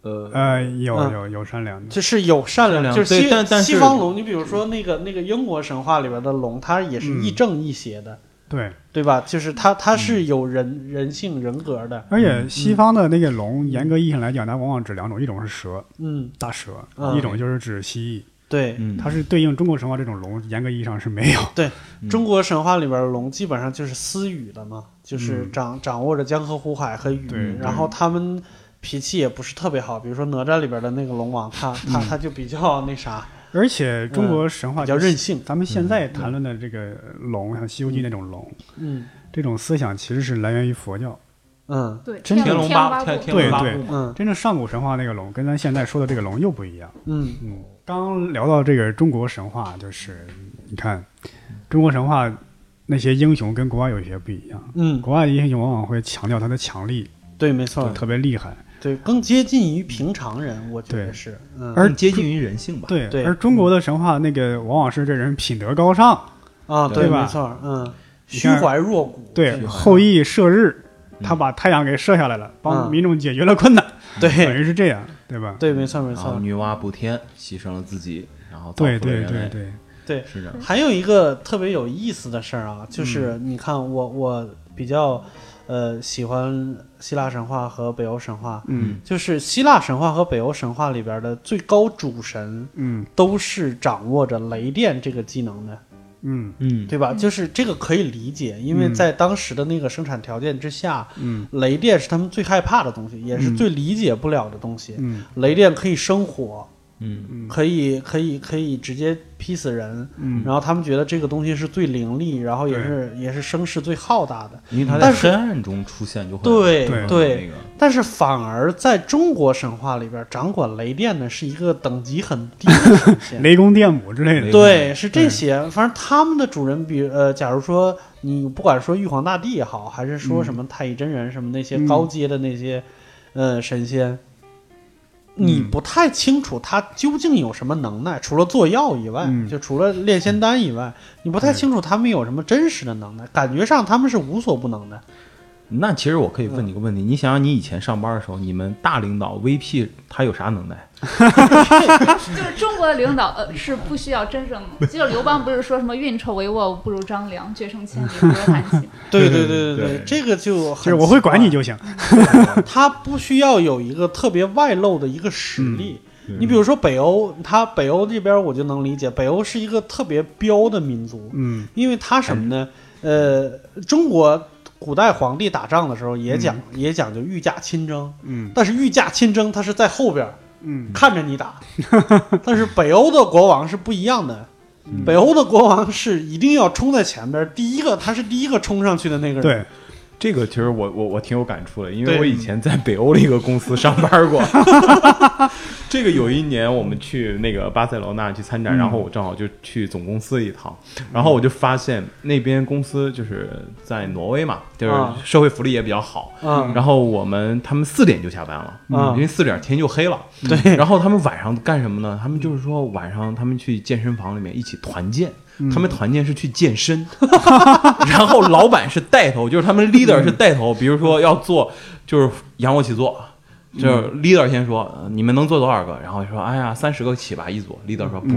Speaker 5: 呃，
Speaker 1: 呃，有
Speaker 3: 嗯
Speaker 1: 有有善良的，
Speaker 3: 就是有善
Speaker 5: 善
Speaker 3: 良，
Speaker 5: 良
Speaker 3: 就是
Speaker 5: 对
Speaker 3: 西
Speaker 5: 但但是
Speaker 3: 西方龙，你比如说那个那个英国神话里边的龙，它也是亦正亦邪
Speaker 5: 嗯
Speaker 3: 的，
Speaker 1: 对，
Speaker 3: 对吧？就是它它是有人、人性人格的，
Speaker 1: 而且西方的那个龙，严格意义上来讲，它往往指两种，一种是蛇，
Speaker 3: 嗯，
Speaker 1: 大蛇
Speaker 3: 嗯；
Speaker 1: 一种就是指蜥
Speaker 3: 对。
Speaker 5: 嗯
Speaker 1: 蜴，它是对应中国神话这种龙，严格意义上是没有。
Speaker 5: 嗯
Speaker 3: 中国神话里边的龙基本上就是私语的嘛，就是
Speaker 1: 嗯
Speaker 3: 掌掌握着江河湖海和雨，
Speaker 1: 对
Speaker 3: 然后他们脾气也不是特别好，比如说哪吒里边的那个龙王，他他
Speaker 5: 嗯
Speaker 3: 他就比较那啥，
Speaker 1: 而且中国神话
Speaker 3: 嗯比较
Speaker 1: 就
Speaker 3: 任性，
Speaker 1: 咱们现在谈论的这个龙，像《西游记》那种龙，
Speaker 3: 嗯
Speaker 1: 这种思想其实是来源于佛教。
Speaker 3: 嗯
Speaker 4: 对，
Speaker 1: 真
Speaker 4: 天
Speaker 5: 天龙八
Speaker 4: 天
Speaker 5: 天
Speaker 4: 部
Speaker 5: 天龙八
Speaker 1: 对
Speaker 5: 部嘛，
Speaker 3: 嗯
Speaker 1: 真正上古神话那个龙，跟咱现在说的这个龙又不一样。
Speaker 3: 嗯
Speaker 1: 嗯，刚聊到这个中国神话，就是你看，中国神话那些英雄跟国外有些不一样，
Speaker 3: 嗯，
Speaker 1: 国外的英雄往往会强调他的强力，
Speaker 3: 对，没错
Speaker 1: 就，特别厉害。
Speaker 3: 对，更接近于平常人，我觉得
Speaker 1: 对
Speaker 3: 是，嗯，
Speaker 1: 而
Speaker 5: 更接近于人性吧。
Speaker 1: 对，
Speaker 3: 对
Speaker 1: 而中国的神话那个往往是这人品德高尚，
Speaker 3: 啊，
Speaker 5: 对
Speaker 3: 对，
Speaker 1: 吧
Speaker 3: 没错，嗯，
Speaker 1: 你
Speaker 3: 虚
Speaker 1: 看
Speaker 3: 怀若谷，
Speaker 1: 对
Speaker 5: 是
Speaker 1: 后羿射日，
Speaker 5: 嗯
Speaker 1: 他把太阳给射下来了，帮
Speaker 3: 嗯
Speaker 1: 民众解决了困难，等
Speaker 3: 对
Speaker 1: 于是这样，对吧？
Speaker 3: 对，没错没
Speaker 5: 然后
Speaker 1: 啊
Speaker 3: 错。
Speaker 5: 女娲补天牺牲了自己，然后造
Speaker 1: 对
Speaker 5: 福了
Speaker 1: 对
Speaker 5: 人
Speaker 1: 对
Speaker 5: 类，
Speaker 1: 对，
Speaker 5: 是这样。
Speaker 3: 还有一个特别有意思的事儿啊，
Speaker 1: 嗯
Speaker 3: 就是你看我我比较呃喜欢希腊神话和北欧神话，
Speaker 1: 嗯
Speaker 3: 就是希腊神话和北欧神话里边的最高主神
Speaker 1: 嗯
Speaker 3: 都是掌握着雷电这个技能的，
Speaker 1: 嗯
Speaker 5: 嗯，
Speaker 3: 对吧？
Speaker 4: 嗯
Speaker 3: 就是这个可以理解，因为
Speaker 1: 嗯
Speaker 3: 在当时的那个生产条件之下，
Speaker 1: 嗯
Speaker 3: 雷电是他们最害怕的东西，也是
Speaker 1: 嗯
Speaker 3: 最理解不了的东西。
Speaker 1: 嗯
Speaker 3: 雷电可以生火，
Speaker 5: 嗯，
Speaker 1: 嗯
Speaker 3: 可以可以可以直接劈死人，
Speaker 1: 嗯，
Speaker 3: 然后他们觉得这个东西是最凌厉，然后也
Speaker 1: 对
Speaker 3: 是也是声势最浩大的。
Speaker 5: 因为他
Speaker 3: 但
Speaker 5: 在
Speaker 3: 是
Speaker 5: 黑暗中出现就会
Speaker 3: 对
Speaker 1: 对
Speaker 3: 对
Speaker 5: 那个
Speaker 3: 但是反而在中国神话里边，掌管雷电的是一个等级很低的神
Speaker 1: <laughs>
Speaker 3: 仙。
Speaker 1: 雷公电母之类的，
Speaker 5: 雷
Speaker 3: 对，是这些。反正他们的主人比，呃，假如说你不管说玉皇大帝也好，还是说什么太乙真人什么那些
Speaker 1: 嗯
Speaker 3: 高阶的那些，呃，神仙，你
Speaker 1: 嗯
Speaker 3: 不太清楚他究竟有什么能耐，除了做药以外，
Speaker 1: 嗯
Speaker 3: 就除了炼仙丹以外，你不太清楚他们有什么真实的能耐。感觉上他们是无所不能的。
Speaker 5: 那其实我可以问你个问题，你想想你以前上班的时候，你们大领导 VP 他有啥能耐？
Speaker 4: 就是中国的领导呃是不需要真正，就刘邦不是说什么运筹帷幄不如张良，决胜千里不由
Speaker 1: <laughs>
Speaker 4: 韩信。
Speaker 3: 对
Speaker 1: 对
Speaker 5: 对
Speaker 3: 对对
Speaker 5: 对，
Speaker 3: 这个就
Speaker 1: 就是
Speaker 3: 很
Speaker 1: 我会
Speaker 3: 奇怪
Speaker 1: 管你就行。
Speaker 3: 他不需要有一个特别外露的一个实
Speaker 1: 嗯
Speaker 3: 力。你比如说北欧，他北欧这边我就能理解，北欧是一个特别彪的民族，
Speaker 1: 嗯哎
Speaker 3: 因为他什么呢？呃，中国古代皇帝打仗的时候也讲、也讲究御驾亲征，
Speaker 1: 嗯
Speaker 3: 但是御驾亲征他是在后边
Speaker 1: 嗯
Speaker 3: 看着你打， <laughs> 但是北欧的国王是不一样的。
Speaker 1: 嗯
Speaker 3: 北欧的国王是一定要冲在前边，第一个他是第一个冲上去的那个人，
Speaker 1: 对，
Speaker 5: 这个其实我我我挺有感触的，因为
Speaker 3: 对
Speaker 5: 我以前在北欧的一个公司上班
Speaker 3: <laughs>
Speaker 5: 过。这个有一年我们去那个巴塞罗那去参
Speaker 3: 嗯
Speaker 5: 展，然后我正好就去总公司一趟，然后我就发现那边公司就是在挪威嘛，就是
Speaker 3: 啊
Speaker 5: 社会福利也比较好。
Speaker 3: 啊
Speaker 5: 然后我们他们四点就下班了，
Speaker 3: 啊
Speaker 5: 因为四点天就黑了。
Speaker 3: 对
Speaker 1: 嗯
Speaker 5: 然后他们晚上干什么呢？他们就是说晚上他们去健身房里面一起团建。他们团建是去健身， <laughs> 然后老板是带头，就是他们 leader 是带头，比如说要做就是仰卧起坐，就是 leader 先说呃你们能做多少个，然后说哎呀三十个起吧一组，leader 说不。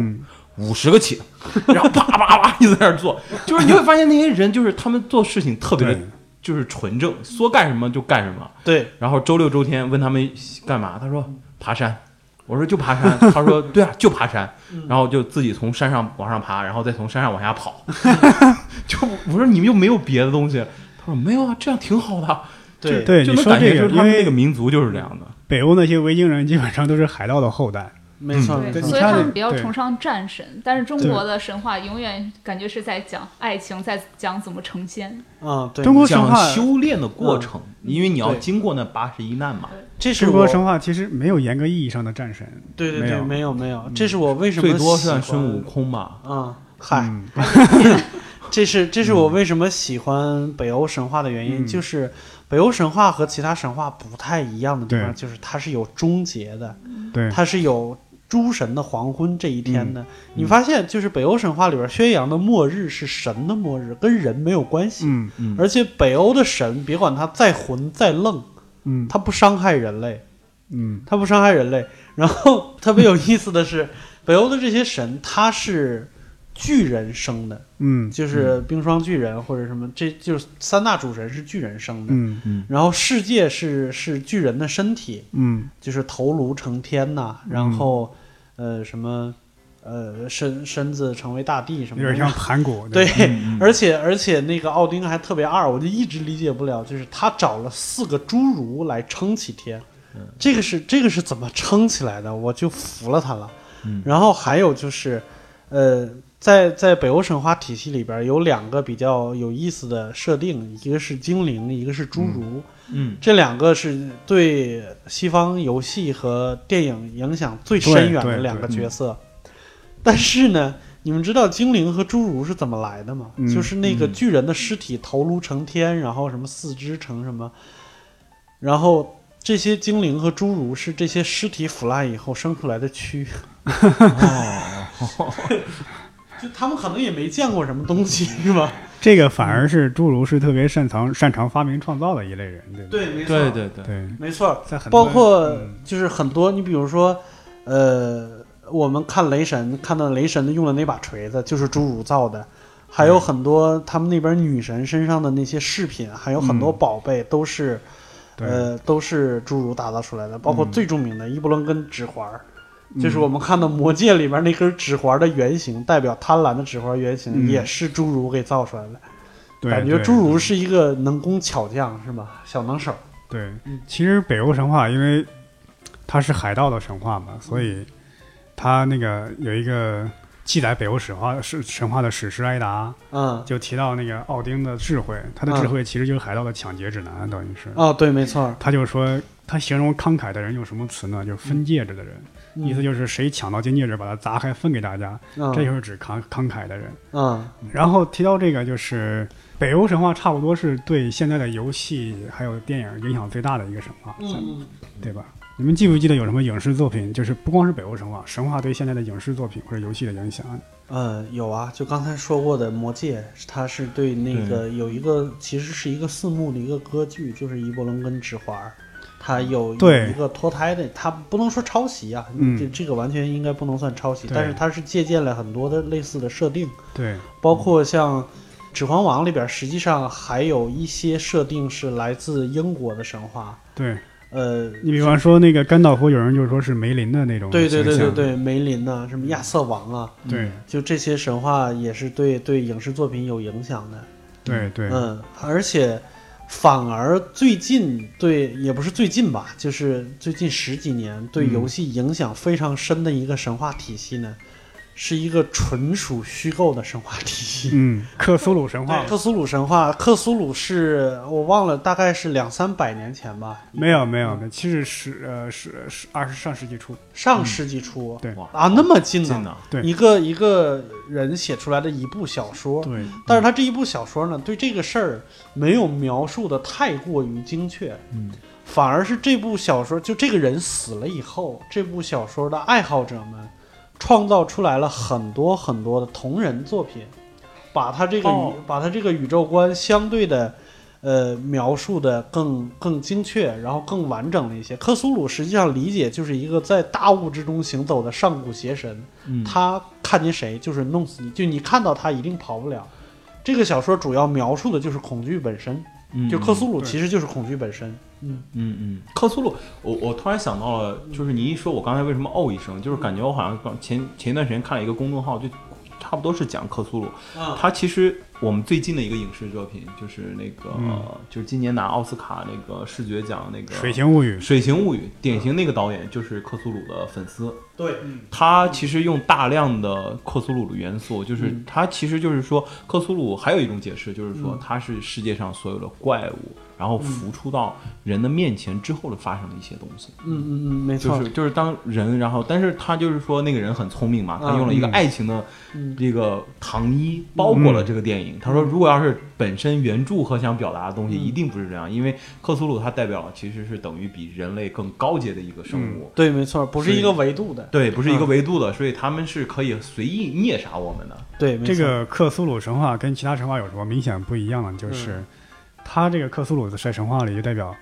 Speaker 5: 五十个起， <laughs> 然后啪啪啪就在那儿做，就是你会发现那些人就是他们做事情特别的
Speaker 1: 对，
Speaker 5: 就是纯正，说干什么就干什么。
Speaker 3: 对，
Speaker 5: 然后周六周天问他们干嘛，他说爬山。我说就爬山，他说对啊，就爬山，然后就自己从山上往上爬，然后再从山上往下跑， <laughs> 就我说你们又没有别的东西，他说没有啊，这样挺好的，
Speaker 3: 对
Speaker 1: 对
Speaker 5: 就
Speaker 1: 你
Speaker 5: 能
Speaker 1: 说
Speaker 5: 感
Speaker 1: 这个，
Speaker 5: 觉就是
Speaker 1: 因
Speaker 5: 他们那
Speaker 1: 为
Speaker 5: 个民族就是这样的，
Speaker 1: 北欧那些维京人基本上都是海盗的后代，
Speaker 3: 没错，
Speaker 5: 嗯
Speaker 3: 没
Speaker 4: 对，
Speaker 3: 错
Speaker 1: 你
Speaker 4: 所以
Speaker 1: 看
Speaker 4: 他
Speaker 1: 那
Speaker 4: 们比较
Speaker 1: 对
Speaker 4: 崇尚战神，但是中
Speaker 1: 对
Speaker 4: 国的神话永远感觉是在讲爱情，在讲怎么成仙。
Speaker 3: 啊，对，
Speaker 1: 中国神
Speaker 2: 讲
Speaker 1: 话
Speaker 2: 修炼的过
Speaker 3: 嗯
Speaker 2: 程，因为你要
Speaker 3: 对
Speaker 2: 经过那八十一难嘛。
Speaker 3: 这是
Speaker 1: 中国
Speaker 3: 我
Speaker 1: 神话其实没有严格意义上的战神，
Speaker 3: 对对
Speaker 1: 没
Speaker 3: 对，
Speaker 1: 有嗯
Speaker 3: 没有没有，这是我为什么
Speaker 5: 最多
Speaker 3: 喜欢
Speaker 5: 算孙悟空吧，
Speaker 3: 啊，嗨，
Speaker 1: 嗯，
Speaker 3: 这是这是我为什么喜欢北欧神话的原因，
Speaker 1: 嗯
Speaker 3: 就是北欧神话和其他神话不太一样的地方，
Speaker 1: 对
Speaker 3: 就是它是有终结的，
Speaker 1: 对，嗯
Speaker 3: 它是有诸神的黄昏这一天的。你发现，就是北欧神话里边宣扬的末日是神的末日，跟人没有关系。
Speaker 1: 嗯
Speaker 2: 嗯
Speaker 3: 而且北欧的神，别管他再混再愣，
Speaker 1: 嗯
Speaker 3: 他不伤害人类，
Speaker 1: 嗯
Speaker 3: 他不伤害人类。然后特别有意思的是，北欧的这些神，他是巨人生的，
Speaker 1: 嗯
Speaker 3: 就是冰霜巨人或者什么，这就是三大主神是巨人生的。
Speaker 1: 嗯
Speaker 3: 然后世界是是巨人的身体，
Speaker 1: 嗯
Speaker 3: 就是头颅成天呐、然后、呃什么呃身身子成为大地
Speaker 1: 有
Speaker 3: 什么
Speaker 1: 点
Speaker 3: 的
Speaker 1: 像。盘古，
Speaker 3: <laughs> 对，
Speaker 2: 嗯嗯
Speaker 3: 而且而且那个奥丁还特别二，我就一直理解不了，就是他找了四个侏儒来撑起天，这个是这个是怎么撑起来的？我就服了他了。
Speaker 2: 嗯
Speaker 3: 然后还有就是，呃，在在北欧神话体系里边有两个比较有意思的设定，一个是精灵，一个是侏儒。
Speaker 2: 嗯，
Speaker 3: 这两个是对西方游戏和电影影响最深远的两个角色。但是呢，你们知道精灵和侏儒是怎么来的吗？
Speaker 1: 嗯
Speaker 3: 就是那个
Speaker 2: 嗯
Speaker 3: 巨人的尸体头颅成天，然后什么四肢成什么，然后这些精灵和侏儒是这些尸体腐烂以后生出来的蛆。
Speaker 2: 哦，
Speaker 3: 就他们可能也没见过什么东西，是吧？
Speaker 1: 这个反而是侏儒是特别擅长擅长发明创造的一类人，对不
Speaker 3: 对，没
Speaker 2: 对对对，
Speaker 1: 对，
Speaker 3: 没错。
Speaker 1: 在很多
Speaker 3: 包括
Speaker 1: 嗯
Speaker 3: 就是很多，你比如说，呃，我们看雷神，看到雷神用的那把锤子就是侏儒造的，还有很多他们那边女神身上的那些饰品，还有很多
Speaker 1: 嗯
Speaker 3: 宝贝都是、
Speaker 1: 对嗯
Speaker 3: 呃都是侏儒打造出来的，包括最著名的伊波伦根指环儿。就是我们看到《魔戒》里边那根指环的原型，代表贪婪的指环原型，
Speaker 1: 嗯
Speaker 3: 也是侏儒给造出来的。
Speaker 1: 对
Speaker 3: 感觉
Speaker 1: 对
Speaker 3: 侏儒是一个能工巧匠，是吧？小能手。
Speaker 1: 对
Speaker 3: 嗯，
Speaker 1: 其实北欧神话因为它是海盗的神话
Speaker 3: 嗯
Speaker 1: 嘛，所以它那个有一个记载北欧神话是神话的史诗《埃达
Speaker 3: 嗯》，，
Speaker 1: 就提到那个奥丁的智慧，他的智慧其实就是海盗的抢劫指南，等于是。
Speaker 3: 哦，对，没错儿。
Speaker 1: 他就说，他形容慷慨的人用什么词呢？就是分戒指的人，
Speaker 3: 嗯
Speaker 1: 意思就是谁抢到金戒指，把它砸开分给大家，
Speaker 3: 嗯
Speaker 1: 这就是指慷慷慨的人。
Speaker 3: 嗯
Speaker 1: 然后提到这个，就是北欧神话，差不多是对现在的游戏还有电影影响最大的一个神话，
Speaker 3: 嗯
Speaker 1: 对吧？你们记不记得有什么影视作品，就是不光是北欧神话，神话对现在的影视作品或者游戏的影响？
Speaker 3: 呃，有啊，就刚才说过的《魔戒》，它是对那个有一个其实是一个四幕的一个歌剧，就是《伊伯伦根指环》，它有
Speaker 1: 对
Speaker 3: 一个脱胎的，它不能说抄袭啊，
Speaker 1: 嗯
Speaker 3: 这这个完全应该不能算抄袭，
Speaker 1: 对
Speaker 3: 但是它是借鉴了很多的类似的设定，
Speaker 1: 对，
Speaker 3: 包括像《指环王》里边，实际上还有一些设定是来自英国的神话，
Speaker 1: 对
Speaker 3: 呃，
Speaker 1: 你比方说那个甘道夫，有人就说是梅林的那种
Speaker 3: 对对对
Speaker 1: 形
Speaker 3: 对
Speaker 1: 象
Speaker 3: 对，梅林呐、什么亚瑟王啊，
Speaker 1: 对
Speaker 3: 就这些神话也是对对影视作品有影响的。
Speaker 1: 对对
Speaker 3: 嗯，而且反而最近对，也不是最近吧，就是最近十几年对
Speaker 1: 嗯
Speaker 3: 游戏影响非常深的一个神话体系呢，是一个纯属虚构的神话体系。
Speaker 1: 嗯，克苏鲁神话
Speaker 3: 克苏鲁神话，克苏鲁是我忘了，大概是两三百年前吧，
Speaker 1: 没有没有，没有其实是呃是是二十上世纪初，
Speaker 3: 上世纪初。
Speaker 1: 嗯对
Speaker 5: 哇
Speaker 3: 啊，那么近
Speaker 5: 真
Speaker 3: 呢？
Speaker 5: 的，
Speaker 1: 对
Speaker 3: 一个一个人写出来的一部小说，
Speaker 1: 对，
Speaker 3: 但是他这一部小说呢，对这个事儿没有描述的太过于精确，
Speaker 5: 嗯，
Speaker 3: 反而是这部小说就这个人死了以后，这部小说的爱好者们创造出来了很多很多的同人作品，把他这个宇、
Speaker 5: 哦
Speaker 3: 把他这个宇宙观相对的。呃，描述的更更精确，然后更完整了一些。克苏鲁实际上理解就是一个在大雾之中行走的上古邪神，
Speaker 5: 嗯
Speaker 3: 他看见谁就是弄死你，就你看到他一定跑不了。这个小说主要描述的就是恐惧本身，就克苏鲁
Speaker 1: 对
Speaker 3: 其实就是恐惧本身。嗯，
Speaker 5: 嗯嗯，克苏鲁，我我突然想到了，就是你一说，我刚才为什么哦一声，就是感觉我好像刚前前一段时间看了一个公众号，就差不多是讲克苏鲁，
Speaker 3: 啊
Speaker 5: 它其实我们最近的一个影视作品就是那个，
Speaker 1: 嗯
Speaker 5: 就是今年拿奥斯卡那个视觉奖那个
Speaker 1: 《嗯水形物语》
Speaker 5: 水形物语》，典型那个导演就是克苏鲁的粉丝，
Speaker 3: 对，嗯
Speaker 5: 他其实用大量的克苏鲁的元素，就是
Speaker 3: 嗯
Speaker 5: 他其实就是说，克苏鲁还有一种解释，就是说
Speaker 3: 嗯
Speaker 5: 它是世界上所有的怪物，然后浮出到人的面前之后的发生的一些东西。
Speaker 3: 嗯嗯嗯，没错，
Speaker 5: 就是就是当人，然后但是他就是说那个人很聪明嘛，他用了一个
Speaker 1: 嗯
Speaker 5: 爱情的
Speaker 3: 嗯
Speaker 5: 这个糖衣包裹了这个电影。他说，如果要是本身原著和想表达的东西，
Speaker 3: 嗯
Speaker 5: 一定不是这样，因为克苏鲁它代表了其实是等于比人类更高阶的一个生物。
Speaker 3: 对，没错，不是
Speaker 5: 所以
Speaker 3: 一个维度的。
Speaker 5: 对，不是一个
Speaker 3: 嗯
Speaker 5: 维度的，所以他们是可以随意虐杀我们的。
Speaker 3: 对，没
Speaker 1: 这
Speaker 3: 错
Speaker 1: 个克苏鲁神话跟其他神话有什么明显不一样呢？
Speaker 3: 嗯
Speaker 1: 就是它这个克苏鲁在神话里就代表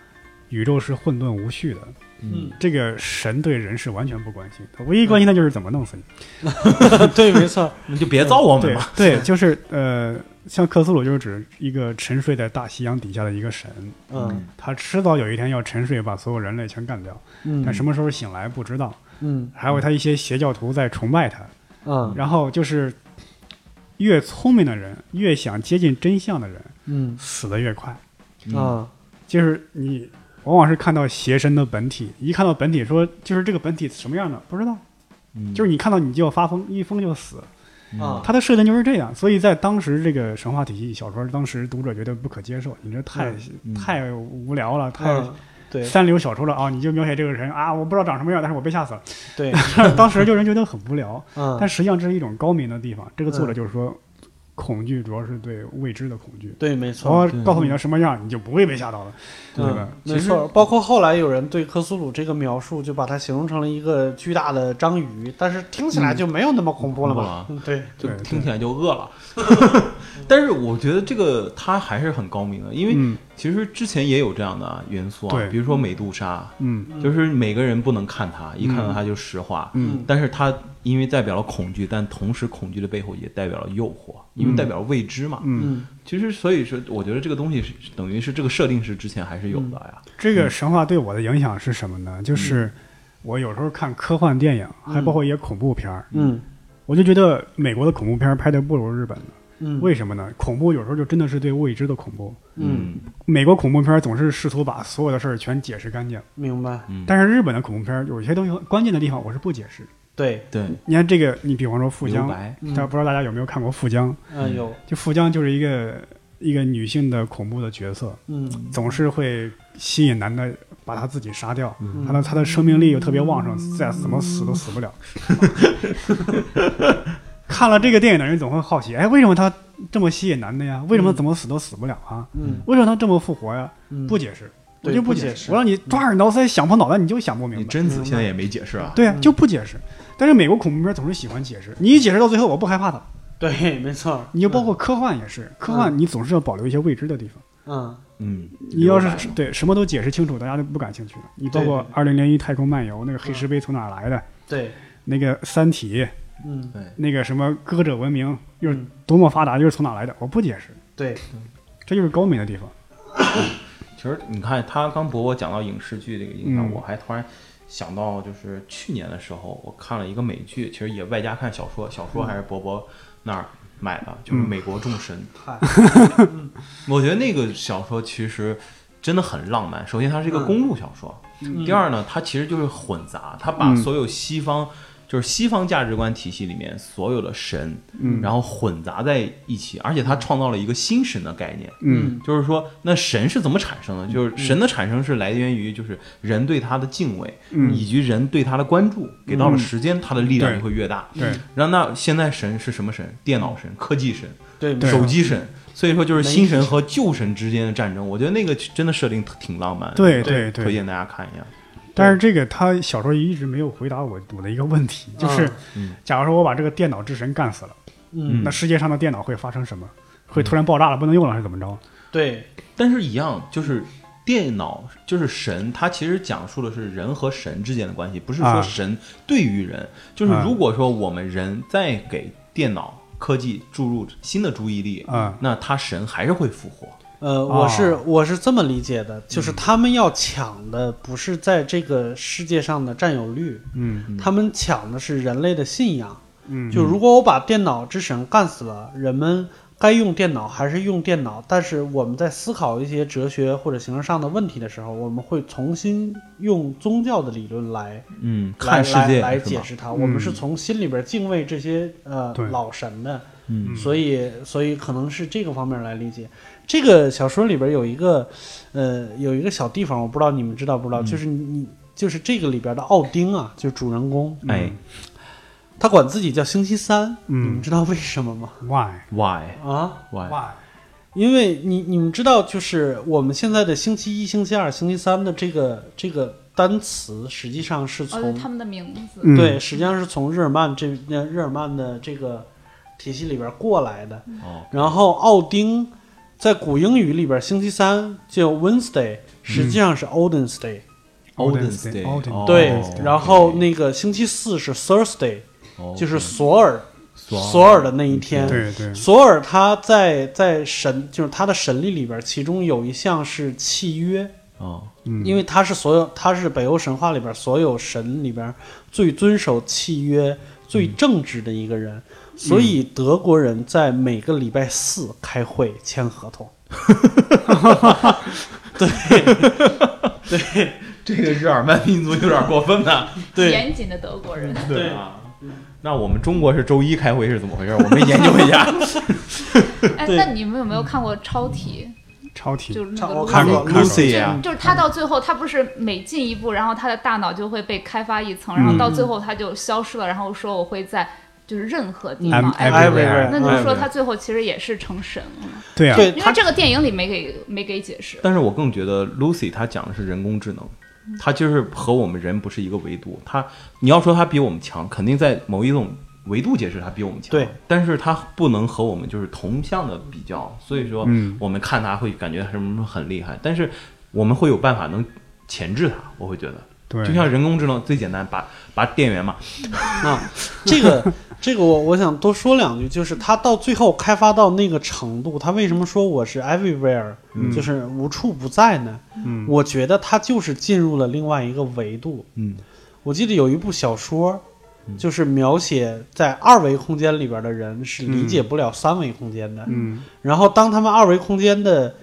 Speaker 1: 宇宙是混沌无序的，
Speaker 5: <laughs>
Speaker 3: 嗯，
Speaker 1: 这个神对人是完全不关心，他唯一关心的就是怎么弄死你。
Speaker 3: 对，没错，
Speaker 5: 那嗯就别造我
Speaker 3: 嗯
Speaker 5: 们
Speaker 1: 对
Speaker 3: 哦
Speaker 5: 嘛。
Speaker 1: 对，就是呃，像克苏鲁就是指一个沉睡在大西洋底下的一个神，
Speaker 3: 嗯
Speaker 1: 他迟早有一天要沉睡，把所有人类全干掉，但
Speaker 3: 嗯
Speaker 1: 什么时候醒来不知道。
Speaker 3: 嗯
Speaker 1: 还有他一些邪教徒在崇拜他，
Speaker 3: 嗯
Speaker 1: 然后就是越聪明的人，越想接近真相的人，
Speaker 3: 嗯
Speaker 1: 死得越快。
Speaker 5: 嗯
Speaker 3: 啊
Speaker 1: 就是你往往是看到邪神的本体，一看到本体说就是这个本体什么样的不知道，
Speaker 5: 嗯
Speaker 1: 就是你看到你就要发疯，一疯就死。
Speaker 3: 啊，
Speaker 1: 它的设定就是这样，所以在当时这个神话体系小说，当时读者觉得不可接受，你这太、
Speaker 5: 嗯
Speaker 1: 太无聊了，太
Speaker 3: 嗯，对
Speaker 1: 三流小说了啊！你就描写这个人啊，我不知道长什么样，但是我被吓死了。
Speaker 3: 对， <laughs>
Speaker 1: 当时就人觉得很无聊，
Speaker 3: 嗯
Speaker 1: 但，实际上这是一种高明的地方。这个作者就是说，恐惧主要是对未知的恐惧。
Speaker 3: 对，没
Speaker 1: 我
Speaker 3: 错，
Speaker 1: 告诉你要什么样，你就不会被吓到了。哦对吧
Speaker 3: 嗯，没错。包括后来有人对克苏鲁这个描述，就把它形容成了一个巨大的章鱼，但是听起来就没有那么恐怖了嘛。嗯对，
Speaker 5: 就
Speaker 1: 对对
Speaker 5: 听起来就饿了。 <laughs> 但是我觉得这个它还是很高明的，因为
Speaker 1: 嗯
Speaker 5: 其实之前也有这样的元素啊
Speaker 1: 对，
Speaker 5: 比如说美杜莎，
Speaker 1: 嗯，
Speaker 3: 嗯
Speaker 5: 就是每个人不能看她，一看到她就石化。
Speaker 1: 嗯
Speaker 5: 但是她因为代表了恐惧，但同时恐惧的背后也代表了诱惑，
Speaker 1: 嗯
Speaker 5: 因为代表未知嘛。
Speaker 1: 嗯，
Speaker 3: 嗯
Speaker 5: 其实所以说，我觉得这个东西是等于是这个设定是之前还是有的呀。
Speaker 1: 这
Speaker 3: 嗯
Speaker 1: 个神话对我的影响是什么呢？就是我有时候看科幻电影，还包括一些恐怖片儿，
Speaker 3: 嗯
Speaker 1: 我就觉得美国的恐怖片儿拍的不如日本的。
Speaker 3: 嗯，
Speaker 1: 为什么呢？恐怖有时候就真的是对未知的恐怖。
Speaker 3: 嗯，
Speaker 1: 美国恐怖片儿总是试图把所有的事儿全解释干净，
Speaker 3: 明白，
Speaker 5: 嗯，
Speaker 1: 但是日本的恐怖片儿有些东西关键的地方我是不解释。
Speaker 3: 对，
Speaker 5: 对，
Speaker 1: 你看这个，你比方说富
Speaker 5: 留
Speaker 1: 江，
Speaker 5: 白，
Speaker 3: 嗯
Speaker 1: 但不知道大家有没有看过富江？
Speaker 3: 嗯有，
Speaker 1: 就富江就是一个一个女性的恐怖的角色，
Speaker 3: 嗯
Speaker 1: 总是会吸引男的把他自己杀掉。
Speaker 3: 嗯
Speaker 1: 他的他的生命力又特别旺盛，再怎么死都死
Speaker 3: <laughs>
Speaker 1: 不了。看了这个电影的人总会好奇，哎，为什么他这么吸引男的呀？为什么怎么死都死不了啊？
Speaker 3: 嗯
Speaker 1: 为什么他这么复活呀？
Speaker 3: 嗯
Speaker 1: 不解释，我
Speaker 3: 对
Speaker 1: 就
Speaker 3: 不
Speaker 1: 解
Speaker 3: 解释
Speaker 1: 我让你抓耳挠腮想破脑袋，你就想不
Speaker 5: 你
Speaker 1: 明白。
Speaker 5: 贞子现在也没解释啊。
Speaker 1: 对啊，
Speaker 3: 嗯
Speaker 1: 就不解释。但是美国恐怖片总是喜欢解释，你一解释到最后，我不害怕它。
Speaker 3: 对，没错，
Speaker 1: 你就包括科幻也是，科幻你总是要保留一些未知的地方。
Speaker 3: 嗯
Speaker 5: 嗯，
Speaker 1: 你要
Speaker 5: 留白
Speaker 1: 是对什么都解释清楚，大家都不感兴趣了。你包括《二零零一太空漫游》那个黑
Speaker 3: 嗯
Speaker 1: 石碑从哪儿来的，
Speaker 3: 对，
Speaker 1: 那个《三体》，
Speaker 3: 嗯
Speaker 5: 对，
Speaker 1: 那个什么歌者文明又是
Speaker 3: 嗯
Speaker 1: 多么发达，又是从哪来的，我不解释，
Speaker 3: 对，
Speaker 1: 这就是高明的地方。
Speaker 5: 其实你看，他刚博我讲到影视剧这个影响，
Speaker 1: 嗯
Speaker 5: 我还突然想到，就是去年的时候，我看了一个美剧，其实也外加看小说，小说还是博博那儿买
Speaker 1: 嗯
Speaker 5: 的，就是《美国众神》
Speaker 3: 嗨，
Speaker 5: <laughs> 我觉得那个小说其实真的很浪漫。首先，它是一个
Speaker 3: 嗯
Speaker 5: 公路小说；
Speaker 3: 嗯
Speaker 5: 第，二呢，它其实就是混杂，它把
Speaker 1: 嗯
Speaker 5: 所有西方就是西方价值观体系里面所有的神，
Speaker 1: 嗯
Speaker 5: 然后混杂在一起，而且他创造了一个新神的概念。
Speaker 1: 嗯
Speaker 5: 就是说，那神是怎么产生的？就是神的产生是来源于就是人对他的敬畏，
Speaker 1: 嗯
Speaker 5: 以及人对他的关注，给到了
Speaker 1: 嗯
Speaker 5: 时间，他的力量
Speaker 1: 对
Speaker 5: 就会越大。
Speaker 1: 对，
Speaker 3: 嗯
Speaker 5: 然后那现在神是什么神？电脑神、科技神、
Speaker 3: 对
Speaker 1: 对
Speaker 5: 手机神。所以说，就是新神和旧神之间的战争，我觉得那个真的设定挺浪漫的。
Speaker 1: 对对
Speaker 5: 对
Speaker 1: 对
Speaker 5: 推荐大家看一下。
Speaker 1: 但是这个他小时候一直没有回答我我的一个问题，就是
Speaker 5: 嗯
Speaker 1: 假如说我把这个电脑之神干死了，
Speaker 3: 嗯，
Speaker 1: 那世界上的电脑会发生什么？会突然爆炸了，不能用了还是怎么着？
Speaker 3: 对，
Speaker 5: 但是，一样就是电脑就是神，它其实讲述的是人和神之间的关系，不是
Speaker 1: 啊
Speaker 5: 说神对于人。就是
Speaker 1: 啊
Speaker 5: 如果说我们人再给电脑科技注入新的注意力，
Speaker 1: 啊
Speaker 5: 那它神还是会复活。
Speaker 3: 呃，我是
Speaker 1: 哦
Speaker 3: 我是这么理解的，
Speaker 1: 嗯
Speaker 3: 就是他们要抢的不是在这个世界上的占有率，
Speaker 1: 嗯
Speaker 3: 他们抢的是人类的信仰。
Speaker 1: 嗯，
Speaker 3: 就如果我把电脑之神干死了，人们该用电脑还是用电脑，但是我们在思考一些哲学或者形而上的问题的时候，我们会重新用宗教的理论来
Speaker 5: 嗯，看世界
Speaker 3: 来来来
Speaker 5: 是
Speaker 3: 解
Speaker 5: 吧？
Speaker 3: 释它。我们是从心里边敬畏这些呃
Speaker 1: 对
Speaker 3: 老神的，
Speaker 5: 嗯
Speaker 3: 所以所以可能是这个方面来理解。这个小说里边有一个呃有一个小地方，我不知道你们知道不知
Speaker 5: 嗯
Speaker 3: 道，就是你就是这个里边的奥丁啊，就是主人公，
Speaker 5: 哎
Speaker 3: 他管自己叫星期三，
Speaker 1: 嗯
Speaker 3: 你们知道为什么吗？
Speaker 1: why
Speaker 5: ，why
Speaker 3: 啊，
Speaker 5: why？
Speaker 1: why
Speaker 3: 因为你你们知道，就是我们现在的星期一、星期二、星期三的这个这个单词，实际上是
Speaker 4: 哦，就
Speaker 3: 从
Speaker 4: 他们的名字，
Speaker 1: 嗯
Speaker 3: 对，实际上是从日耳曼这呃日耳曼的这个体系里边过来的。
Speaker 5: 哦，
Speaker 3: 然后奥丁在古英语里边，星期三叫 Wednesday，实
Speaker 5: 嗯
Speaker 3: 际上是 Odin's Day、
Speaker 5: Odin's
Speaker 1: Odin's
Speaker 5: Day，
Speaker 1: Day，
Speaker 5: 哦
Speaker 3: 对，
Speaker 5: Odin's Day
Speaker 3: 然后那个星期四是 Thursday，、
Speaker 5: 哦嗯
Speaker 3: 就是索尔
Speaker 5: 索
Speaker 3: 索尔的那一天。
Speaker 1: 对对
Speaker 3: 索尔他在在神就是他的神力里边，其中有一项是契约，
Speaker 5: 哦，
Speaker 1: 嗯
Speaker 3: 因为他是所有，他是北欧神话里边所有神里边最遵守契约、最正直的一个人，
Speaker 1: 嗯
Speaker 3: 所以德国人在每个礼拜四开会签合同。
Speaker 5: 这个日耳曼民族有点过分呐。
Speaker 3: 对
Speaker 4: 严谨的德国人。
Speaker 3: 对
Speaker 5: 啊，那我们中国是周一开会是怎么回事？我们研究一下。
Speaker 3: <laughs>
Speaker 4: 哎，
Speaker 3: 对
Speaker 4: 那你们有没有看过《超体
Speaker 1: 超》？体
Speaker 4: 就是那个
Speaker 3: 我
Speaker 4: 卢
Speaker 3: 看过
Speaker 4: 比
Speaker 1: 看过
Speaker 5: Lucy 啊
Speaker 4: 就是他到最后，他不是每进一步，然后他的大脑就会被开发一层，然后到最
Speaker 3: 嗯
Speaker 4: 后他就消失了，然后说我会在就是任何
Speaker 3: 嗯
Speaker 4: 地方
Speaker 1: ，I'm
Speaker 4: 哎
Speaker 1: everywhere，
Speaker 3: everywhere
Speaker 4: 那就是说
Speaker 5: everywhere
Speaker 4: 他最后其实也是成神了，
Speaker 1: 对啊，
Speaker 3: 对
Speaker 4: 因
Speaker 3: 嗯他
Speaker 4: 为这个电影里没给没给解释。
Speaker 5: 但是我更觉得 Lucy 她讲的是人工智能，她就是和我们人不是一个维度。她你要说她比我们强，肯定在某一种维度解释她比我们强。
Speaker 3: 对，
Speaker 5: 但是她不能和我们就是同向的比较，所以说
Speaker 1: 嗯
Speaker 5: 我们看她会感觉什么很厉害，但是我们会有办法能钳制她。我会觉得，
Speaker 1: 对，
Speaker 5: 就像人工智能最简单，拔拔电源嘛，
Speaker 3: 啊，这个 <laughs> 这个我我想多说两句，就是他到最后开发到那个程度，他为什么说我是 everywhere，、
Speaker 1: 嗯
Speaker 3: 就是无处不在呢？
Speaker 1: 嗯
Speaker 3: 我觉得他就是进入了另外一个维度。
Speaker 5: 嗯，
Speaker 3: 我记得有一部小说
Speaker 5: 嗯，
Speaker 3: 就是描写在二维空间里边的人是理解不了三维空间的。
Speaker 1: 嗯
Speaker 3: 然后当他们二维空间的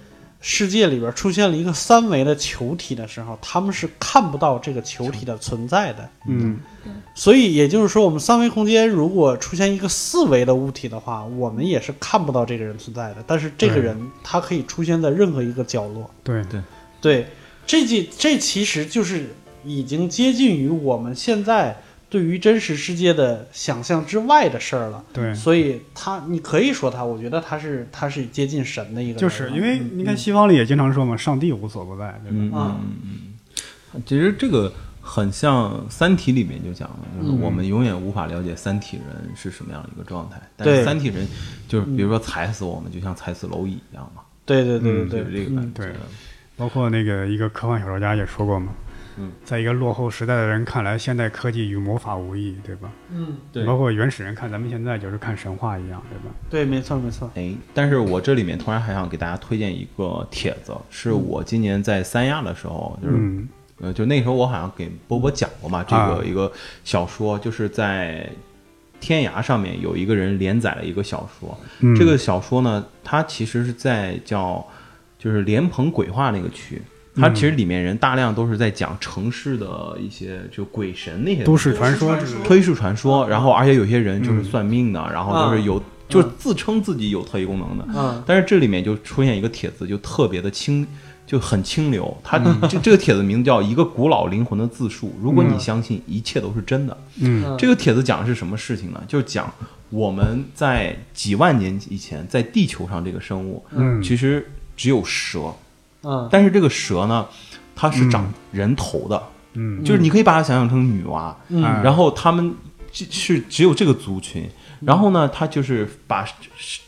Speaker 3: 世界里边出现了一个三维的球体的时候，他们是看不到这个球体的存在的。
Speaker 1: 嗯
Speaker 3: 所以也就是说，我们三维空间如果出现一个四维的物体的话，我们也是看不到这个人存在的。但是这个
Speaker 1: 对
Speaker 3: 人他可以出现在任何一个角落。
Speaker 1: 对
Speaker 3: 对，这几这其实就是已经接近于我们现在对于真实世界的想象之外的事儿了。
Speaker 1: 对，
Speaker 5: 嗯
Speaker 3: 所以他，你可以说他，我觉得他是他是接近神的一个人了，
Speaker 1: 就是因为你看西方里也经常说嘛，上帝无所不在，对吧？
Speaker 5: 嗯嗯
Speaker 3: 啊
Speaker 5: 嗯
Speaker 1: 啊
Speaker 5: 嗯，其实这个很像《三体》里面就讲了，就是
Speaker 3: 嗯
Speaker 5: 我们永远无法了解三体人是什么样的一个状态。但
Speaker 3: 对
Speaker 5: 是三体人就是比如说踩死我们，就像踩死蝼蚁一样嘛，
Speaker 3: 对对对
Speaker 1: 嗯
Speaker 3: 对
Speaker 5: 就是
Speaker 3: 对，
Speaker 5: 这个感觉。
Speaker 1: 对包括那个一个科幻小说家也说过嘛，
Speaker 5: 嗯
Speaker 1: 在一个落后时代的人看来，现代科技与魔法无异，对吧？
Speaker 3: 嗯，
Speaker 5: 对
Speaker 1: 包括原始人看咱们现在就是看神话一样，对吧？
Speaker 3: 对，没错没错，
Speaker 5: 哎，但是我这里面突然还想给大家推荐一个帖子，是我今年在三亚的时候，就是
Speaker 1: 嗯
Speaker 5: 呃，就那时候我好像给波波讲过嘛，这
Speaker 1: 啊
Speaker 5: 个一个小说，就是在天涯上面有一个人连载了一个小说，
Speaker 1: 嗯，
Speaker 5: 这个小说呢，它其实是在叫就是莲蓬鬼话那个区，它其实
Speaker 1: 嗯
Speaker 5: 里面人大量都是在讲城市的一些就鬼神那些
Speaker 1: 都市传说，嗯
Speaker 5: 推术传说，然后而且有些人就是算命的，然后就是有就是自称自己有特异功能的，
Speaker 3: 嗯
Speaker 5: 但是这里面就出现一个帖子，就特别的清，就很清流。它
Speaker 1: 嗯
Speaker 5: 这这个帖子名字叫《一个古老灵魂的自述》，如果你相信一切都是真的，
Speaker 1: 嗯
Speaker 3: 嗯
Speaker 5: 这个帖子讲的是什么事情呢？就是讲我们在几万年以前，在地球上这个生物
Speaker 1: 嗯，
Speaker 5: 其实只有蛇，
Speaker 3: 嗯
Speaker 5: 但是这个蛇呢，它是长人头的，
Speaker 1: 嗯
Speaker 5: 就是你可以把它想象成女娲，
Speaker 1: 嗯
Speaker 5: 然后他们这是只有这个族群，
Speaker 1: 嗯
Speaker 5: 然后呢，它就是把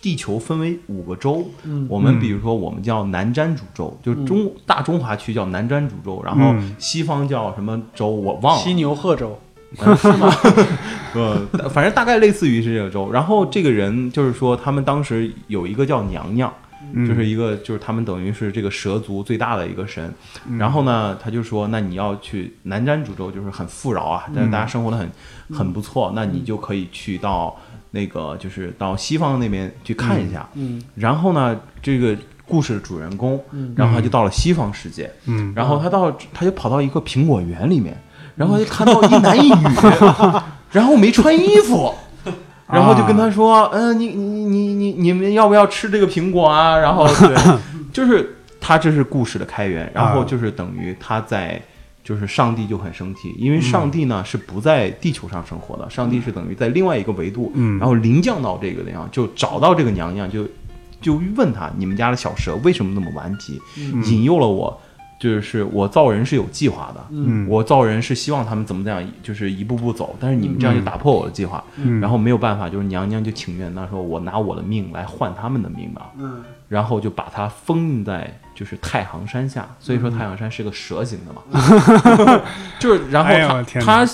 Speaker 5: 地球分为五个州，
Speaker 3: 嗯
Speaker 5: 我们比如说我们叫南瞻主州，就是中、大中华区叫南瞻主州，然后
Speaker 1: 嗯
Speaker 5: 西方叫什么州我忘了，
Speaker 3: 犀牛贺州，
Speaker 5: 呃，
Speaker 3: 嗯
Speaker 5: <laughs> 反正大概类似于是这个州。然后这个人就是说，他们当时有一个叫娘娘，
Speaker 1: 嗯
Speaker 5: 就是一个就是他们等于是这个蛇族最大的一个神。
Speaker 3: 嗯
Speaker 5: 然后呢，他就说，那你要去南瞻主州，就是很富饶啊，但
Speaker 3: 嗯
Speaker 5: 是大家生活的很、很不错，那你就可以去到那个就是到西方那边去看一下。
Speaker 3: 嗯
Speaker 5: 然后呢，这个故事的主人公，然后他就到了西方世界，
Speaker 1: 嗯
Speaker 5: 然后他到他就跑到一个苹果园里面，然后就看到一男
Speaker 1: <laughs>
Speaker 5: 一女，然后没穿衣服。然后就
Speaker 1: 啊
Speaker 5: 跟他说，嗯、你你你你你们要不要吃这个苹果啊？然后
Speaker 1: <laughs>
Speaker 5: 对，就是他这是故事的开源，然
Speaker 1: 啊
Speaker 5: 后就是等于他在，就是上帝就很生气，因为上帝呢、是不在地球上生活的，上帝是等于在另外一个维度，
Speaker 1: 嗯
Speaker 5: 然后临降到这个地方，就找到这个娘娘，就就问他，你们家的小蛇为什么那么顽皮？引诱了我，就是我造人是有计划的，
Speaker 1: 嗯
Speaker 5: 我造人是希望他们怎么怎么样，就是一步步走，但是你们这样就打破我的计划，
Speaker 1: 嗯
Speaker 5: 然后没有办法，就是娘娘就情愿，她说我拿我的命来换他们的命吧，
Speaker 3: 嗯
Speaker 5: 然后就把它封印在就是太行山下，所以说太行山是个蛇形的嘛， <laughs> 就是然
Speaker 1: 嗯
Speaker 5: 后
Speaker 1: 哎呦
Speaker 5: 他、
Speaker 1: 天哪
Speaker 5: 他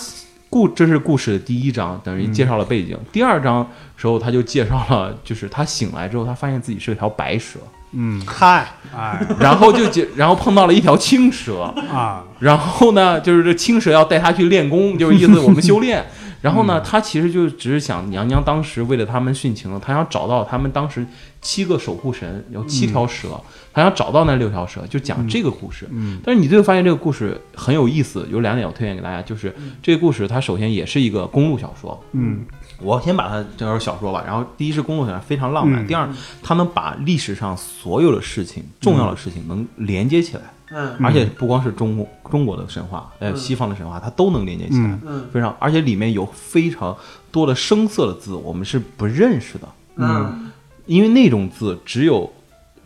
Speaker 5: 故这是故事的第一章，等于介绍了背景，
Speaker 1: 嗯
Speaker 5: 第二章时候他就介绍了，就是他醒来之后，他发现自己是条白蛇，
Speaker 1: 嗯，
Speaker 3: 嗨，
Speaker 1: 哎
Speaker 5: 然后就解，然后碰到了一条青蛇，
Speaker 1: 啊，
Speaker 5: 然后呢，就是这青蛇要带他去练功，就是意思我们修
Speaker 1: <laughs>
Speaker 5: 炼。然后呢，
Speaker 1: 嗯
Speaker 5: 他其实就只是想娘娘当时为了他们殉情了，他想找到他们当时七个守护神，有七条蛇，他想找到那六条蛇，就讲这个故事。
Speaker 1: 嗯
Speaker 5: 但是你最后发现这个故事很有意思，有两点我推荐给大家，就是这个故事它首先也是一个公路小说，
Speaker 1: 嗯
Speaker 5: 我先把它这是小说吧。然后第一是公路小说非常浪漫，
Speaker 1: 嗯
Speaker 5: 第二他能把历史上所有的事情、重要的事
Speaker 1: 嗯
Speaker 5: 情能连接起来。
Speaker 3: 嗯
Speaker 5: 而且不光是中国中国的神话，呃，
Speaker 3: 嗯
Speaker 5: 西方的神话，它都能连接起来，
Speaker 1: 嗯
Speaker 3: 嗯
Speaker 5: 非常，而且里面有非常多的生涩的字，我们是不认识的，
Speaker 3: 嗯
Speaker 5: 因为那种字只有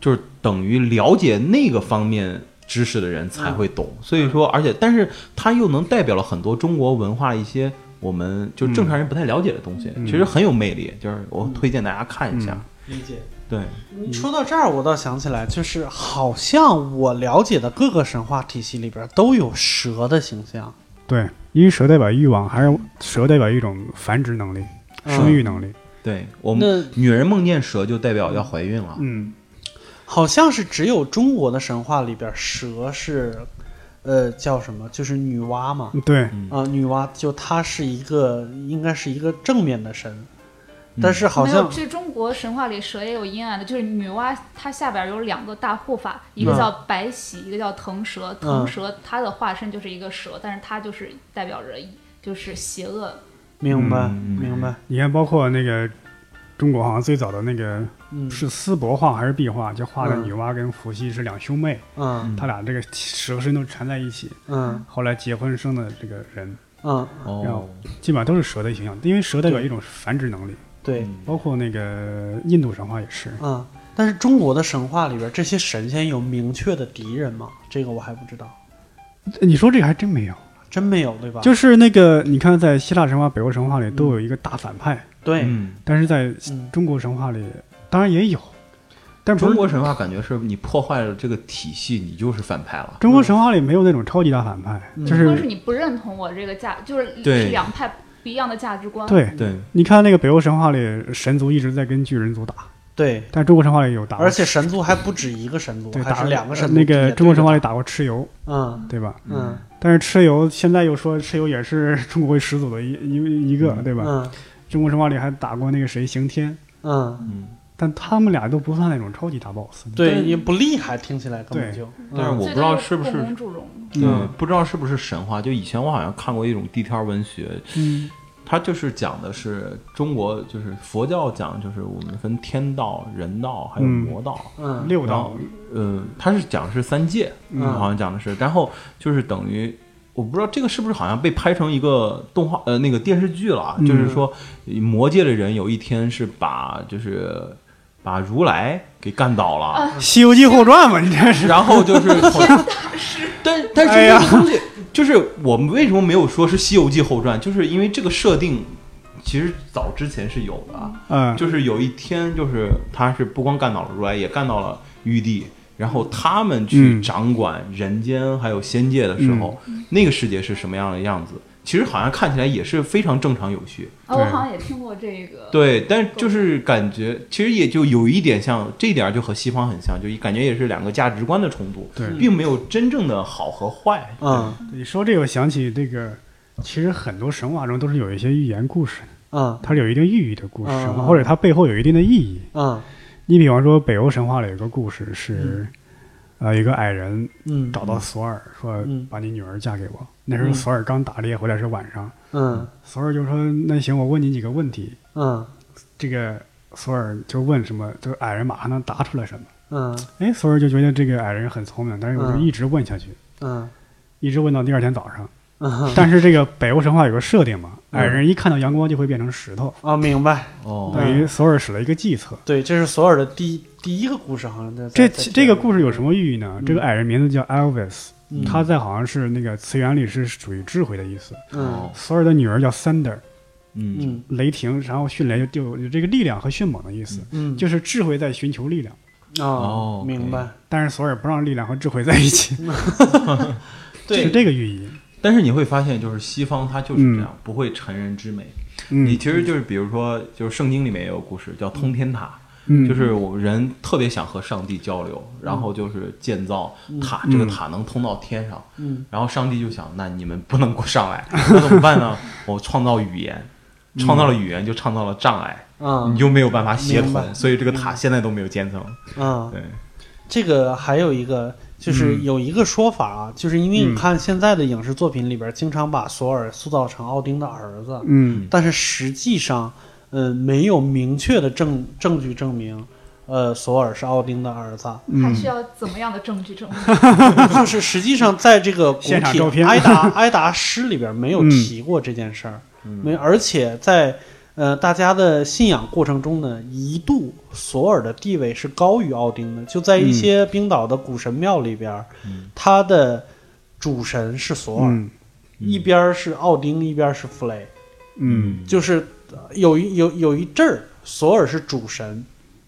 Speaker 5: 就是等于了解那个方面知识的人
Speaker 3: 嗯
Speaker 5: 才会懂，所以说，而且但是它又能代表了很多中国文化一些我们就正常人不太了解的东西，
Speaker 1: 嗯
Speaker 5: 其实很有魅力，就是我推荐大家看一下，
Speaker 3: 理解。
Speaker 5: 对，
Speaker 3: 你说到这儿，我倒想起来，就是好像我了解的各个神话体系里边都有蛇的形象，
Speaker 1: 对，因为蛇代表欲望，还有蛇代表一种繁殖能力、生育能力。
Speaker 5: 对我们
Speaker 3: 那
Speaker 5: 女人梦见蛇就代表要怀孕了，
Speaker 1: 嗯
Speaker 3: 好像是只有中国的神话里边蛇是，呃，叫什么？就是女娲嘛。
Speaker 1: 嗯对，
Speaker 3: 啊、女娲就她是一个，应该是一个正面的神，
Speaker 1: 嗯
Speaker 3: 但是好
Speaker 4: 没有，
Speaker 3: 像
Speaker 4: 这中国神话里蛇也有阴暗的，就是女娲她下边有两个大护法，一
Speaker 3: 嗯
Speaker 4: 个叫白喜，一个叫腾蛇。腾蛇它的化身就是一个蛇，但是它就是代表着就是邪恶。
Speaker 3: 明白、
Speaker 5: 嗯嗯
Speaker 3: 明白，
Speaker 1: 你看，包括那个中国好像最早的那个
Speaker 3: 嗯
Speaker 1: 是丝帛画还是壁画，就画的
Speaker 3: 嗯
Speaker 1: 女娲跟伏羲是两兄妹，
Speaker 3: 嗯
Speaker 1: 他俩这个蛇身都缠在一起。
Speaker 3: 嗯
Speaker 1: 后来结婚生的这个人，
Speaker 3: 嗯，
Speaker 5: 哦，
Speaker 1: 基本上都是蛇的形象，因为蛇代表一种繁殖能力，
Speaker 3: 对，
Speaker 5: 嗯
Speaker 1: 包括那个印度神话也是。
Speaker 3: 嗯，但是中国的神话里边这些神仙有明确的敌人吗？这个我还不知道，
Speaker 1: 呃你说这个还真没有，
Speaker 3: 真没有对吧？
Speaker 1: 就是那个你看，在希腊神话、北欧神话里
Speaker 3: 嗯
Speaker 1: 都有一个大反派，
Speaker 3: 对，
Speaker 5: 嗯。
Speaker 1: 但是在
Speaker 3: 嗯
Speaker 1: 中国神话里当然也有，但不
Speaker 5: 中
Speaker 1: 是
Speaker 5: 国神话感觉是你破坏了这个体系，你就是反派了。
Speaker 1: 中国神话里没有那种超级大反派，
Speaker 3: 嗯
Speaker 1: 就
Speaker 4: 或者是
Speaker 1: 是
Speaker 4: 你不认同我这个价，就是
Speaker 5: 对
Speaker 4: 是两派不一样的价值观。，
Speaker 1: 对。
Speaker 5: 对，
Speaker 1: 你看那个北欧神话里，神族一直在跟巨人族打，
Speaker 3: 对，
Speaker 1: 但中国神话里有打过，
Speaker 3: 而且神族还不止一个神族，
Speaker 1: 对
Speaker 3: 还
Speaker 1: 打呃
Speaker 3: 是两个神族
Speaker 1: 那
Speaker 3: 之间对着打。
Speaker 1: 个中国神话里打过蚩尤，
Speaker 3: 嗯
Speaker 1: 对吧？
Speaker 3: 嗯
Speaker 1: 但是蚩尤现在又说蚩尤也是中国始祖的一一一个，对吧？
Speaker 3: 嗯
Speaker 1: 中国神话里还打过那个谁刑天，
Speaker 3: 嗯
Speaker 5: 嗯，
Speaker 1: 但他们俩都不算那种超级大 boss。
Speaker 3: 对，也不厉害，听起来根本
Speaker 1: 对
Speaker 3: 就。
Speaker 5: 但是
Speaker 3: 嗯
Speaker 5: 我
Speaker 4: 这
Speaker 5: 不知道
Speaker 4: 都
Speaker 5: 是不是
Speaker 4: 共工助荣
Speaker 5: 嗯，不知道是不是神话。就以前我好像看过一种地摊文学，
Speaker 1: 嗯
Speaker 5: 它就是讲的是中国，就是佛教讲就是我们分天道、人道还有
Speaker 1: 嗯
Speaker 5: 魔道。
Speaker 3: 嗯
Speaker 1: 六
Speaker 5: 然
Speaker 1: 道
Speaker 5: 后，呃，它是讲的是三界，
Speaker 1: 嗯
Speaker 5: 好像讲的是，然后就是等于。我不知道这个是不是好像被拍成一个动画呃那个电视剧了啊，
Speaker 1: 嗯
Speaker 5: 就是说魔界的人有一天是把就是把如来给干倒了，
Speaker 4: 啊
Speaker 1: 《西游记后传》嘛，你这 <laughs> 是
Speaker 5: 然后就是但但
Speaker 1: 哎呀
Speaker 5: 是这个东西，就是我们为什么没有说是《西游记后传》，就是因为这个设定其实早之前是有的啊，
Speaker 1: 嗯，
Speaker 5: 就是有一天，就是他是不光干到了如来，也干到了玉帝，然后他们去
Speaker 1: 嗯
Speaker 5: 掌管人间还有仙界的时候，那个世界是什么样的样子？其实好像看起来也是非常正常有序，
Speaker 4: 啊，我
Speaker 1: 对
Speaker 4: 好像也听过这个。
Speaker 5: 对，但是就是感觉，其实也就有一点像，这一点就和西方很像，就感觉也是两个价值观的冲突，
Speaker 1: 对
Speaker 5: 并没有真正的好和坏。
Speaker 3: 嗯
Speaker 1: 你说这个，我想起这个，其实很多神话中都是有一些寓言故事，
Speaker 3: 嗯
Speaker 1: 它是有一定寓意的故事，
Speaker 3: 嗯
Speaker 1: 神话或者它背后有一定的意义。
Speaker 3: 嗯
Speaker 1: 你比方说北欧神话里有个故事是，呃，一个矮人
Speaker 3: 嗯
Speaker 1: 找到索尔说
Speaker 3: 嗯：“
Speaker 1: 把你女儿嫁给我。”那时候索尔刚打猎回来是晚上，
Speaker 3: 嗯
Speaker 1: 索尔就说：“那行，我问你几个问题。
Speaker 3: 嗯”
Speaker 1: 这个索尔就问什么，这个矮人马上能答出来什么。
Speaker 3: 嗯
Speaker 1: 哎，索尔就觉得这个矮人很聪明，但是我就
Speaker 3: 嗯
Speaker 1: 一直问下去，
Speaker 3: 嗯
Speaker 1: 一直问到第二天早上。
Speaker 3: 嗯
Speaker 1: 但是这个北欧神话有个设定嘛，
Speaker 3: 嗯
Speaker 1: 矮人一看到阳光就会变成石头，
Speaker 3: 啊，明白。
Speaker 5: 哦
Speaker 1: 等于索尔使了一个计策。
Speaker 3: 对，这是索尔的第第一个故事，好像在
Speaker 1: 这
Speaker 3: 在
Speaker 1: 这个故事有什么寓意呢？
Speaker 3: 嗯
Speaker 1: 这个矮人名字叫 Elvis，
Speaker 3: 嗯
Speaker 1: 他在好像是那个词源里是属于智慧的意思。
Speaker 5: 哦
Speaker 3: 嗯
Speaker 1: 索尔的女儿叫 Thunder，
Speaker 5: 嗯
Speaker 3: 嗯
Speaker 1: 雷霆，然后迅雷就有有这个力量和迅猛的意思，
Speaker 3: 嗯，
Speaker 1: 就是智慧在寻求力量。
Speaker 3: 哦
Speaker 5: 哦，
Speaker 3: 明白。
Speaker 1: 但是索尔不让力量和智慧在一起，是
Speaker 5: 对。
Speaker 1: 这个寓意。
Speaker 5: 但是你会发现，就是西方它就是这样，不会成人之美。你
Speaker 1: 嗯
Speaker 5: 其实就是比如说，就是圣经里面也有故事叫通天塔。
Speaker 1: 嗯，
Speaker 5: 就是我们人特别想和上帝交流，然后就是建造塔，
Speaker 1: 嗯
Speaker 5: 这个塔能通到天上，
Speaker 3: 嗯
Speaker 5: 然后上帝就想，那你们不能给我上来， <laughs> 那怎么办呢？我创造语言，
Speaker 3: 嗯
Speaker 5: 创造了语言就创造了障碍，
Speaker 3: 啊
Speaker 5: 你就没有办法协
Speaker 3: 明
Speaker 5: 同，
Speaker 3: 白
Speaker 5: 所以这个塔现在都没有建成。
Speaker 3: 啊，
Speaker 5: 对，
Speaker 3: 这个还有一个就是
Speaker 1: 嗯
Speaker 3: 有一个说法啊，就是因为
Speaker 1: 嗯
Speaker 3: 你看现在的影视作品里边，经常把索尔塑造成奥丁的儿子，
Speaker 1: 嗯
Speaker 3: 但是实际上，呃，没有明确的证证据证明，呃，索尔是奥丁的
Speaker 1: <laughs>
Speaker 3: 儿子。
Speaker 4: 还
Speaker 1: 嗯
Speaker 4: 需要怎么样的证据
Speaker 5: <laughs>
Speaker 4: 证明？
Speaker 3: 就是实际上在这个古
Speaker 1: 现场照
Speaker 3: 体
Speaker 1: 片
Speaker 3: 挨打 <laughs> 挨打诗里边没有
Speaker 1: 嗯
Speaker 3: 提过这件事儿，
Speaker 5: 嗯
Speaker 3: 没，而且在呃大家的信仰过程中呢，一度索尔的地位是高于奥丁的，就在一些
Speaker 1: 嗯
Speaker 3: 冰岛的古神庙里边，
Speaker 5: 嗯
Speaker 3: 他的主神是索尔，
Speaker 1: 嗯
Speaker 3: 一边儿是奥丁，一边儿是弗雷，
Speaker 1: 嗯
Speaker 3: 就是呃有一有有一阵儿索尔是主神，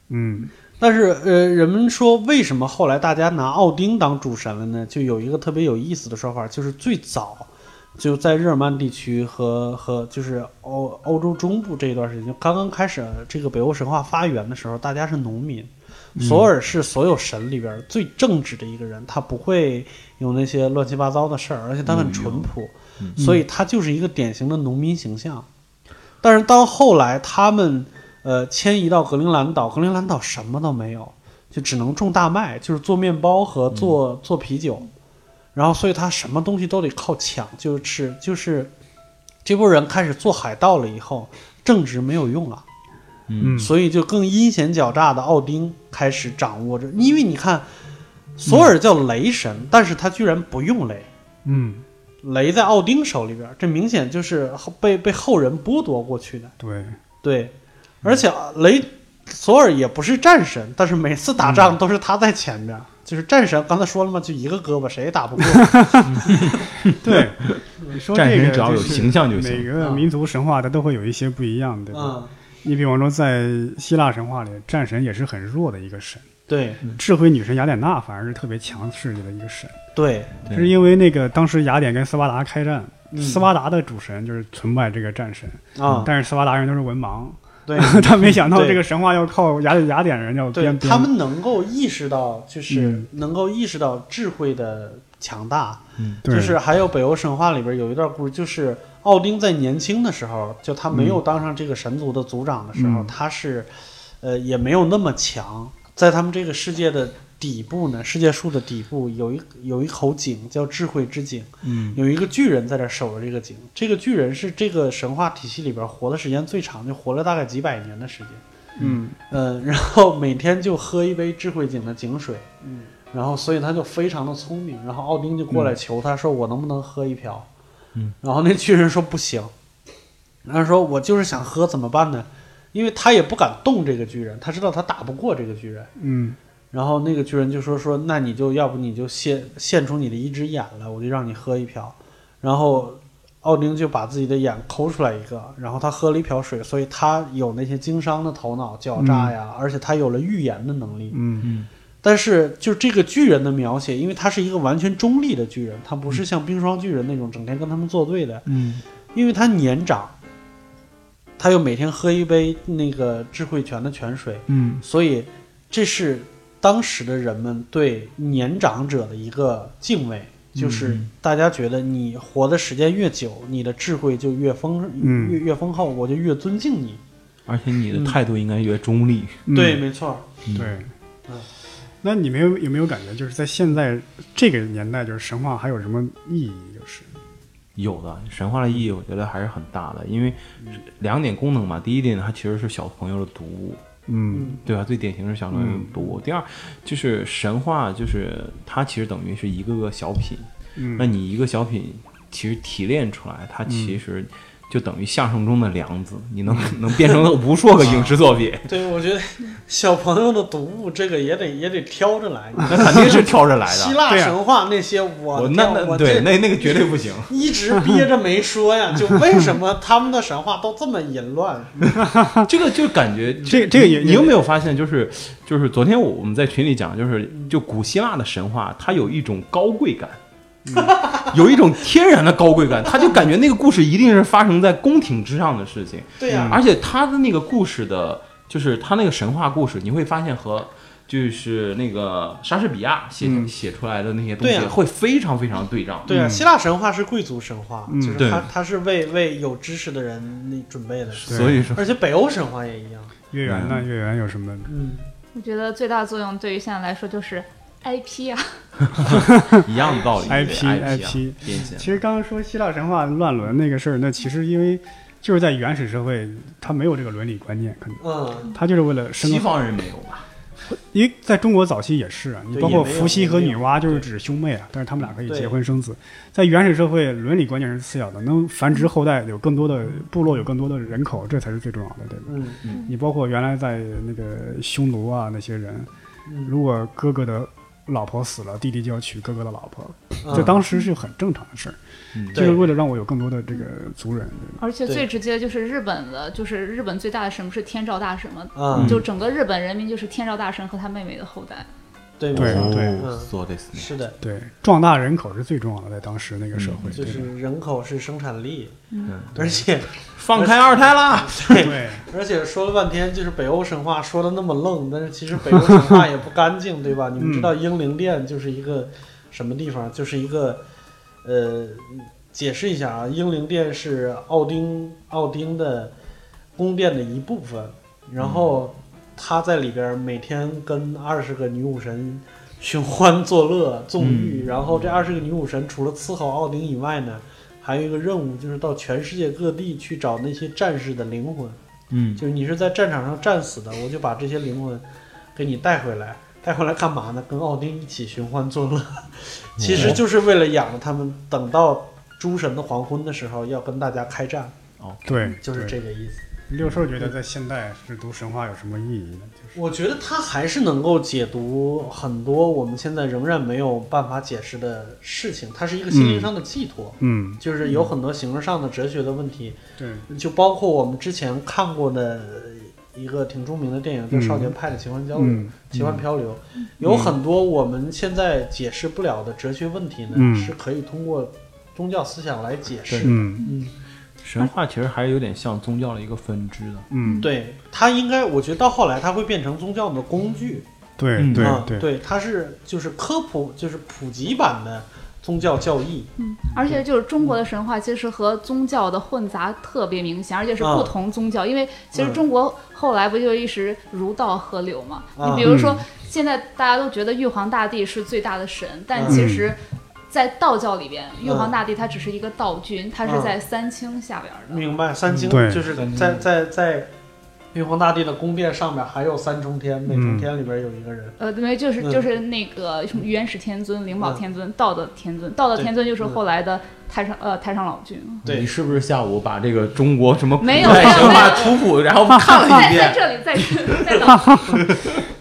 Speaker 1: 嗯
Speaker 3: 但是，呃，人们说为什么后来大家拿奥丁当主神了呢？就有一个特别有意思的说法，就是最早就在日耳曼地区和和就是欧欧洲中部这一段时间，就刚刚开始呃这个北欧神话发源的时候，大家是农民。索尔是所有神里边最正直的一个人，他不会有那些乱七八糟的事儿，而且他很淳朴，
Speaker 5: 嗯
Speaker 3: 所以他就是一个典型的农民形象。但是到后来，他们呃迁移到格陵兰岛，格陵兰岛什么都没有，就只能种大麦，就是做面包和做、做啤酒。然后，所以他什么东西都得靠抢，就是吃就是这波人开始做海盗了以后，正直没有用了。
Speaker 1: 嗯，
Speaker 3: 所以就更阴险狡诈的奥丁开始掌握着，因为你看，索尔叫雷神，但是他居然不用雷，
Speaker 1: 嗯，
Speaker 3: 雷在奥丁手里边儿，这明显就是后被被后人剥夺过去的。
Speaker 1: 对，
Speaker 3: 对，而且雷索尔也不是战神，但是每次打仗都是他在前边儿，就是战神刚才说了嘛，就一个胳膊谁也打不过。
Speaker 1: 对，你说
Speaker 5: 战
Speaker 1: 这个
Speaker 5: 神只要有
Speaker 1: 是
Speaker 5: 形象就
Speaker 1: 每
Speaker 5: 行。
Speaker 1: 个
Speaker 3: 嗯
Speaker 1: 民族神话它都会有一些不一样的。
Speaker 3: 嗯，
Speaker 1: 你比方说，在希腊神话里，战神也是很弱的一个神，
Speaker 3: 对
Speaker 1: 智慧女神雅典娜反而是特别强势的一个神，
Speaker 3: 对，
Speaker 5: 对
Speaker 1: 是因为那个当时雅典跟斯巴达开战，
Speaker 3: 嗯
Speaker 1: 斯巴达的主神就是崇拜这个战神，
Speaker 3: 啊、
Speaker 1: 但是斯巴达人都是文盲， <laughs>
Speaker 3: 对。
Speaker 1: 他没想到
Speaker 3: 对
Speaker 1: 这个神话要靠雅雅典人要
Speaker 3: 对
Speaker 1: 编编
Speaker 3: 他们能够意识到，就是
Speaker 1: 嗯
Speaker 3: 能够意识到智慧的强大，
Speaker 1: 嗯对
Speaker 3: 就是还有北欧神话里边有一段故事，就是奥丁在年轻的时候，就他没有当上这个神族的族长的时候，
Speaker 1: 嗯
Speaker 3: 他是，呃，也没有那么强。在他们这个世界的底部呢，世界树的底部有一有一口井叫智慧之井，
Speaker 2: 嗯，
Speaker 3: 有一个巨人在这守着这个井。这个巨人是这个神话体系里边活的时间最长，就活了大概几百年的时间。
Speaker 1: 嗯
Speaker 3: 嗯，然后每天就喝一杯智慧井的井水，
Speaker 1: 嗯，
Speaker 3: 然后所以他就非常的聪明。然后奥丁就过来求他说：“我能不能喝一瓢？”
Speaker 2: 嗯，
Speaker 3: 然后那巨人说：“不行。”然后说：“我就是想喝，怎么办呢？”因为他也不敢动这个巨人，他知道他打不过这个巨人。
Speaker 1: 嗯
Speaker 3: 然后那个巨人就说：“说那你就要不你就献献出你的一只眼来，我就让你喝一瓢。”然后奥丁就把自己的眼抠出来一个，然后他喝了一瓢水，所以他有那些经商的头脑、狡诈呀，而且他有了预言的能力。
Speaker 1: 嗯
Speaker 3: 但是就这个巨人的描写，因为他是一个完全中立的巨人，他不是像冰霜巨人那种整天跟他们作对的，
Speaker 2: 嗯
Speaker 3: 因为他年长，他又每天喝一杯那个智慧泉的泉水。
Speaker 2: 嗯
Speaker 3: 所以这是当时的人们对年长者的一个敬畏，
Speaker 5: 嗯
Speaker 3: 就是大家觉得你活的时间越久，你的智慧就越丰，
Speaker 1: 嗯
Speaker 3: 越越丰厚，我就越尊敬你。
Speaker 5: 而且你
Speaker 3: 嗯
Speaker 5: 的态度应该越中立。
Speaker 1: 嗯
Speaker 3: 对，没错。
Speaker 1: 对
Speaker 3: 嗯。
Speaker 1: 那你们有有没有感觉，就是在现在这个年代，就是神话还有什么意义？就是
Speaker 5: 有的神话的意义，我觉得还是很大的，因为两点功能嘛。第一点，它其实是小朋友的读物，
Speaker 1: 嗯
Speaker 5: 对吧？最典型是小朋友的读物。第二，就是神话，就是它其实等于是一个个小品，那
Speaker 1: 嗯
Speaker 5: 你一个小品其实提炼出来，它其实就等于相声中的梁子，你能能变成无数个影视作品，
Speaker 3: 对，我觉得小朋友的读物这个也得也得挑着来。
Speaker 5: <laughs> 那
Speaker 1: 啊
Speaker 5: 肯定是挑着
Speaker 1: <laughs>
Speaker 5: 来
Speaker 3: 希
Speaker 5: 的。
Speaker 3: 腊
Speaker 1: 对啊
Speaker 3: 神话那些，我
Speaker 5: 我
Speaker 3: 的
Speaker 5: 那
Speaker 3: 天
Speaker 1: 啊
Speaker 5: 那
Speaker 3: 我
Speaker 5: 对
Speaker 3: 这
Speaker 5: 那那个绝对不行。
Speaker 3: 一直憋着没说呀，就为什么他们的神话都这么淫乱？
Speaker 5: 这个就感觉
Speaker 1: 这这个也
Speaker 5: 你你有没有发现，就是就是昨天我我们在群里讲，就是就古希腊的神话，它有一种高贵感。
Speaker 1: 嗯
Speaker 5: <laughs> 有一种天然的高贵感，他就感觉那个故事一定是发生在宫廷之上的事情，
Speaker 3: 对
Speaker 5: <laughs>
Speaker 3: 呀、
Speaker 5: 而且他的那个故事的，就是他那个神话故事，你会发现和就是那个莎士比亚写、
Speaker 1: 嗯
Speaker 5: 写出来的那些东西
Speaker 3: 对啊
Speaker 5: 会非常非常对仗。
Speaker 3: 对啊，
Speaker 1: 嗯
Speaker 3: 希腊神话是贵族神话，
Speaker 1: 嗯
Speaker 3: 就是
Speaker 5: 对
Speaker 3: 它它是为为有知识的人那准备的，
Speaker 1: 对
Speaker 5: 所以说，
Speaker 3: 而且北欧神话也一样。
Speaker 1: 月圆呢？月圆有什么？
Speaker 3: 嗯，
Speaker 4: 我觉得最大作用对于现在来说就是 IP 啊，
Speaker 5: 一样的道理
Speaker 1: IP
Speaker 5: 对 IP 啊
Speaker 1: IP
Speaker 5: 变现
Speaker 1: 其实刚刚说希腊神话乱伦那个事儿，那其实因为就是在原始社会，他没有这个伦理观念，可能
Speaker 3: 嗯，
Speaker 1: 他就是为了生
Speaker 5: 西方人没有吧？
Speaker 1: 因为在中国早期也是啊，你
Speaker 3: 对
Speaker 1: 包
Speaker 3: 也
Speaker 1: 括
Speaker 3: 没有
Speaker 1: 伏羲和
Speaker 3: 没有
Speaker 1: 女娲就是指兄妹啊，但是他们俩可以
Speaker 3: 对
Speaker 1: 结婚生子。在原始社会，伦理观念是次要的，能繁殖后代，有更多的部落，有更多的人口，这才是最重要的，对吧？
Speaker 3: 嗯
Speaker 1: 你包括原来在那个匈奴啊那些人，
Speaker 3: 嗯，
Speaker 1: 如果哥哥的老婆死了，弟弟就要娶哥哥的老婆，
Speaker 3: 嗯
Speaker 1: 这当时是很正常的事儿，
Speaker 5: 嗯
Speaker 1: 就是
Speaker 3: 对
Speaker 1: 为了让我有更多的这个族人，对吧
Speaker 4: 而且
Speaker 3: 对
Speaker 4: 最直接的就是日本的，就是日本最大的神不是天照大神吗？
Speaker 3: 嗯
Speaker 4: 就整个日本人民就是天照大神和他妹妹的后代。
Speaker 3: 对
Speaker 1: 对
Speaker 3: 没错
Speaker 1: 对
Speaker 5: 哦そうですね
Speaker 3: 是的，
Speaker 1: 对，壮大人口是最重要的，在当时那个社会，
Speaker 3: 嗯就
Speaker 1: 对吧
Speaker 3: 是人口是生产力，
Speaker 5: 嗯
Speaker 1: <laughs>
Speaker 3: 而且
Speaker 5: 放开二胎啦！
Speaker 1: 对，
Speaker 3: 而且说了半天就是北欧神话说的那么愣，但是其实北欧神话也不干净，对吧？你们知道英灵殿就是一个什么地方？就是一个呃，解释一下啊，英灵殿是奥丁奥丁的宫殿的一部分，然后他在里边儿每天跟二十个女武神寻欢作乐、纵欲，然后这二十个女武神除了伺候奥丁以外呢。还有一个任务就是到全世界各地去找那些战士的灵魂，
Speaker 5: 嗯，
Speaker 3: 就是你是在战场上战死的，我就把这些灵魂给你带回来，带回来干嘛呢？跟奥丁一起寻欢作乐， <laughs> 其实就是为了养着他们，等到诸神的黄昏的时候要跟大家开战，
Speaker 5: 哦
Speaker 1: 对，
Speaker 3: <laughs> 就是
Speaker 1: 对
Speaker 3: 这个意思。
Speaker 1: 六兽觉得在现代是读神话有什么意义呢？就是
Speaker 3: 我觉得它还是能够解读很多我们现在仍然没有办法解释的事情，它是一个心灵上的寄托。
Speaker 1: 嗯，
Speaker 3: 就是有很多形式上的哲学的问题，
Speaker 1: 对，
Speaker 3: 就包括我们之前看过的一个挺著名的电影叫《少年派的奇幻交流》，
Speaker 1: 嗯
Speaker 3: 奇幻漂流，有很多我们现在解释不了的哲学问题呢，
Speaker 1: 嗯
Speaker 3: 是可以通过宗教思想来解释。
Speaker 1: 嗯
Speaker 3: 嗯，
Speaker 5: 神话其实还是有点像宗教的一个分支的。
Speaker 1: 嗯，
Speaker 3: 对，它应该，我觉得到后来它会变成宗教的工具。
Speaker 1: 对
Speaker 5: 嗯
Speaker 1: 对
Speaker 3: 啊，
Speaker 1: 对，
Speaker 3: 它是就是科普，就是普及版的宗教教义。
Speaker 4: 而且就是中国的神话，其实和宗教的混杂特别明显，而且是
Speaker 3: 啊
Speaker 4: 不同宗教。因为其实
Speaker 3: 嗯
Speaker 4: 中国后来不就一直儒道合流嘛？
Speaker 3: 啊
Speaker 4: 你比如说，现在大家都觉得玉皇大帝是最大的神，但
Speaker 3: 嗯
Speaker 4: 其实，在道教里边，玉皇大帝他只是一个道君，他是在三清下边的。
Speaker 3: 嗯明白，三
Speaker 1: 嗯
Speaker 3: 清
Speaker 1: 对
Speaker 3: 就是在在在玉皇大帝的宫殿上面还有三重
Speaker 1: 嗯
Speaker 3: 天，每重天里边有一个人。
Speaker 4: 呃，对，就是
Speaker 3: 嗯
Speaker 4: 就是那个什么元始天尊、灵宝
Speaker 3: 嗯
Speaker 4: 天尊、道德天尊，道德
Speaker 3: 对
Speaker 4: 天尊就是
Speaker 3: 嗯
Speaker 4: 后来的太上呃太上老君。
Speaker 3: 对
Speaker 5: 你是不是下午把这个中国什么古
Speaker 4: 没有
Speaker 5: 代
Speaker 4: 没有
Speaker 5: 神
Speaker 4: 没
Speaker 5: 话
Speaker 4: 有
Speaker 5: 图谱，然后看
Speaker 3: 啊
Speaker 5: 了一
Speaker 4: 在 <laughs> 在
Speaker 5: 遍？
Speaker 4: 这里，在这在道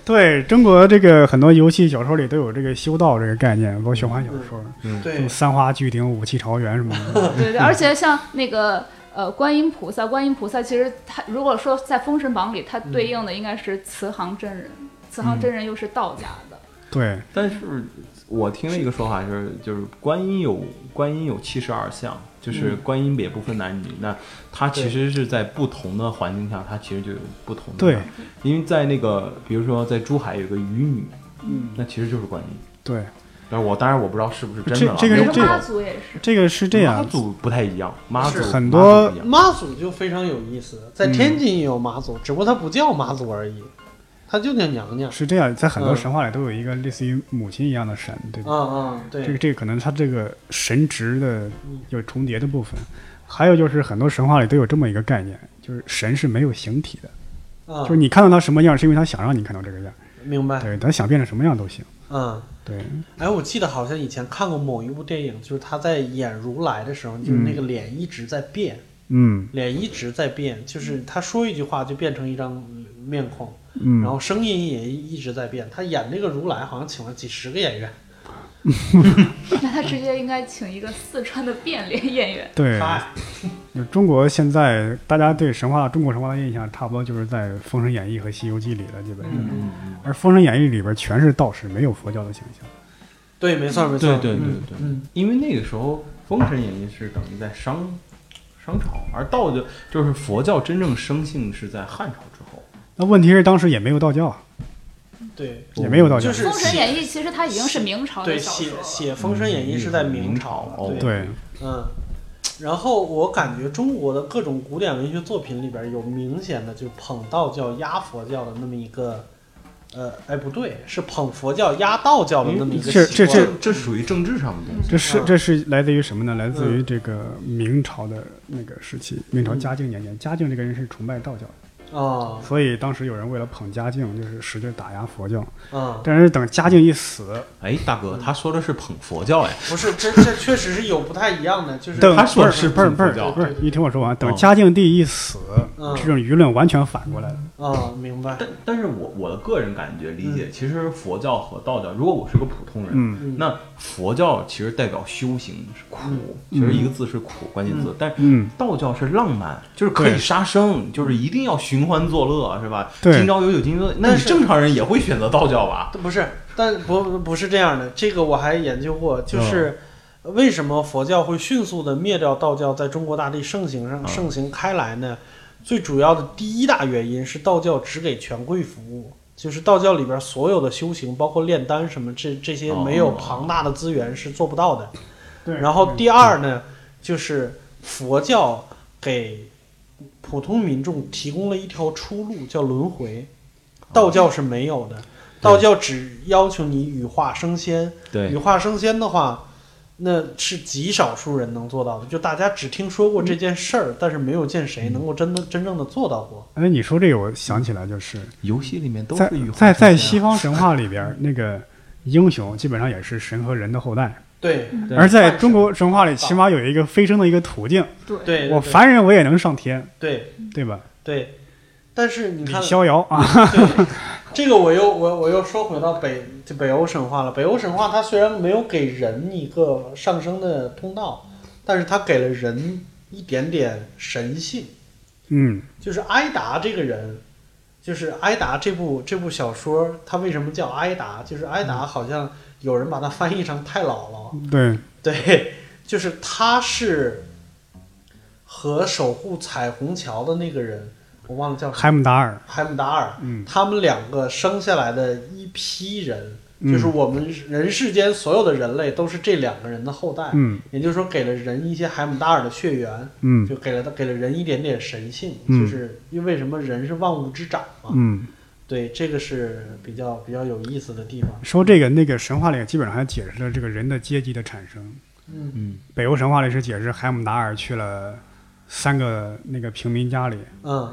Speaker 1: 对中国这个很多游戏小说里都有这个修道这个概念，包括玄幻小说，什
Speaker 3: 对
Speaker 1: 么三花聚顶、五气朝元什么
Speaker 3: <laughs>
Speaker 1: 的。
Speaker 4: 对对，而且像那个呃，观音菩萨，观音菩萨其实他如果说在《封神榜》里，它
Speaker 3: 嗯
Speaker 4: 对应的应该是慈航真人，慈航真人又是道家的，
Speaker 1: 对，
Speaker 5: 但是我听了一个说法，就是就是观音有观音有七十二相，就是
Speaker 1: 嗯
Speaker 5: 观音也不分男女。那它其实是在不同的环境下，它其实就有不同的。
Speaker 1: 对，
Speaker 5: 因为在那个比如说在珠海有个渔女，
Speaker 3: 嗯，
Speaker 5: 那其实就是观音。
Speaker 1: 对，
Speaker 5: 但是我当然我不知道是不是真的了。
Speaker 1: 这
Speaker 3: 哎
Speaker 4: 比
Speaker 1: 个
Speaker 4: 如
Speaker 1: 是
Speaker 4: 说
Speaker 1: 这
Speaker 4: 妈祖也是。
Speaker 1: 这个是这
Speaker 5: 妈
Speaker 1: 样。
Speaker 5: 祖不太一样，嗯妈祖
Speaker 3: 是
Speaker 1: 很多
Speaker 5: 妈祖不一样
Speaker 3: 妈祖就非常有意思，
Speaker 1: 嗯
Speaker 3: 在天津也有妈祖，只不过它不叫妈祖而已，它就叫娘娘。
Speaker 1: 是这样，在很多
Speaker 3: 嗯
Speaker 1: 神话里都有一个类似于母亲一样的神，嗯对吧？
Speaker 3: 啊啊，对，
Speaker 1: 这个这个可能它这个神职的有重叠的部分，还有就是很多神话里都有这么一个概念，就是神是没有形体的，
Speaker 3: 啊
Speaker 1: 就是，你看到他什么样，是因为他想让你看到这个样，
Speaker 3: 明白，
Speaker 1: 对，他想变成什么样都行，
Speaker 3: 嗯。
Speaker 1: 对，
Speaker 3: 哎，我记得好像以前看过某一部电影，就是他在演如来的时候，就是那个脸一直在变，
Speaker 1: 嗯
Speaker 3: 脸一直在变，就是他说一句话就变成一张面孔，
Speaker 1: 嗯，
Speaker 3: 然后声音也一直在变。他演那个如来好像请了几十个演员，
Speaker 4: 那他直接应该请一个四川的变脸演员。
Speaker 1: 对，
Speaker 3: 他
Speaker 1: 就中国现在大家对神话中国神话的印象，差不多就是在《封神演义》和《西游记》里了，基本上，
Speaker 5: 嗯嗯
Speaker 1: 而《封神演义》里边全是道士，没有佛教的形象。
Speaker 3: 对，没错没错，
Speaker 5: 对对对
Speaker 3: 嗯
Speaker 5: 对
Speaker 3: 嗯，
Speaker 5: 因为那个时候《封神演义》是等于在商商朝，而道教就是佛教真正生性是在汉朝之后。
Speaker 1: 那问题是当时也没有道教啊，
Speaker 3: 对，
Speaker 1: 也没有道教
Speaker 3: 就
Speaker 4: 《
Speaker 3: 是
Speaker 4: 封神
Speaker 3: 写
Speaker 4: 演义》其实它已经是明朝的
Speaker 3: 对
Speaker 4: 小
Speaker 3: 写
Speaker 4: 说了。
Speaker 3: 写《封神演义》是在明朝了，
Speaker 5: 嗯
Speaker 1: 哦对，
Speaker 3: 嗯。然后我感觉中国的各种古典文学作品里边有明显的就捧道教压佛教的那么一个，呃，哎不对，是捧佛教压道教的那么一个
Speaker 1: 这
Speaker 3: 习惯
Speaker 1: 这
Speaker 5: 这嗯是属于政治上的东西。
Speaker 1: 这是
Speaker 3: 嗯
Speaker 1: 这是来自于什么呢？来
Speaker 5: 嗯
Speaker 1: 自于这个明朝的那个时期，明朝嘉靖年间，嘉靖这个人是崇拜道教的，
Speaker 3: 啊
Speaker 1: 所以当时有人为了捧嘉靖，就是使劲打压佛教。
Speaker 5: 嗯
Speaker 3: 啊，
Speaker 1: 但是等嘉靖一死，
Speaker 5: 哎，大哥，他说的是捧佛教哎，
Speaker 3: 不是，这这确实是有不太一样的，就是
Speaker 1: 等
Speaker 5: 他说的是
Speaker 1: 不是
Speaker 5: 捧
Speaker 1: 不
Speaker 5: 佛
Speaker 1: 是
Speaker 5: 教
Speaker 1: 不，是，你听我说完，等
Speaker 5: 嗯
Speaker 1: 嘉靖帝一死，
Speaker 3: 嗯
Speaker 1: 这种舆论完全反过来了。
Speaker 3: 啊，明白，
Speaker 5: 但但是我我的个人感觉理解，其实佛教和道教，如果我是个普通人，
Speaker 1: 嗯
Speaker 3: 嗯
Speaker 5: 那佛教其实代表修行是苦，
Speaker 1: 嗯
Speaker 5: 其实一个字是苦，关键字。但是
Speaker 1: 嗯
Speaker 5: 道教是浪漫，就是可以
Speaker 1: 对
Speaker 5: 杀生，就是一定要寻欢作乐，是吧？
Speaker 1: 对
Speaker 5: 今朝有酒今朝醉。那
Speaker 3: 但
Speaker 5: 你
Speaker 3: 是
Speaker 5: 正常人也会选择道教吧？
Speaker 3: 不是，但不不是这样的，这个我还研究过，
Speaker 5: 嗯
Speaker 3: 就是为什么佛教会迅速的灭掉道教，在中国大地盛行上
Speaker 5: 嗯
Speaker 3: 盛行开来呢？最主要的第一大原因是道教只给权贵服务，就是道教里边所有的修行，包括炼丹什么，这这些
Speaker 5: 哦
Speaker 3: 没有庞大的资源是做不到的。
Speaker 1: 对
Speaker 3: 然后第二呢，就是佛教给普通民众提供了一条出路，叫轮回。道教是没有的，道教只要求你羽化升仙。
Speaker 5: 对
Speaker 3: 羽化升仙的话，那是极少数人能做到的。就大家只听说过这件事儿，但是没有见谁能够真的真正的做到过。
Speaker 1: 哎，你说这个，我想起来就是
Speaker 5: 游戏里面都
Speaker 1: 在
Speaker 5: 是羽化
Speaker 1: 在在
Speaker 5: 升
Speaker 1: 西
Speaker 5: 仙啊
Speaker 1: 方神话里边，那个英雄基本上也是神和人的后代。
Speaker 3: 对
Speaker 5: 对
Speaker 1: 而在中国神话里，起码有一个飞升的一个途径。
Speaker 4: 对
Speaker 3: 对，对
Speaker 1: 我凡人我也能上天，
Speaker 3: 对
Speaker 1: 对吧？
Speaker 3: 对，但是你
Speaker 1: 李
Speaker 3: 看，
Speaker 1: 逍遥啊，
Speaker 3: 对，这个我又我我又说回到北就北欧神话了。北欧神话它虽然没有给人一个上升的通道，但是它给了人一点点神性。
Speaker 1: 嗯，
Speaker 3: 就是埃达这个人，就是埃达这部这部小说，它为什么叫埃达？就是埃达好像有人把它翻译成太姥姥，
Speaker 1: 对，
Speaker 3: 对，就是他是和守护彩虹桥的那个人，我忘了叫什么
Speaker 1: 海姆达尔，
Speaker 3: 海姆达尔，
Speaker 1: 嗯
Speaker 3: 他们两个生下来的一批人，
Speaker 1: 嗯
Speaker 3: 就是我们人世间所有的人类都是这两个人的后代，
Speaker 1: 嗯
Speaker 3: 也就是说给了人一些海姆达尔的血缘，
Speaker 1: 嗯
Speaker 3: 就给了给了人一点点神性，
Speaker 1: 嗯
Speaker 3: 就是因为什么人是万物之长嘛，
Speaker 1: 嗯，
Speaker 3: 对，这个是比较比较有意思的地方，
Speaker 1: 说这个那个神话里基本上还解释了这个人的阶级的产生。
Speaker 3: 嗯
Speaker 5: 嗯，
Speaker 1: 北欧神话里是解释海姆达尔去了三个那个平民家里，
Speaker 3: 嗯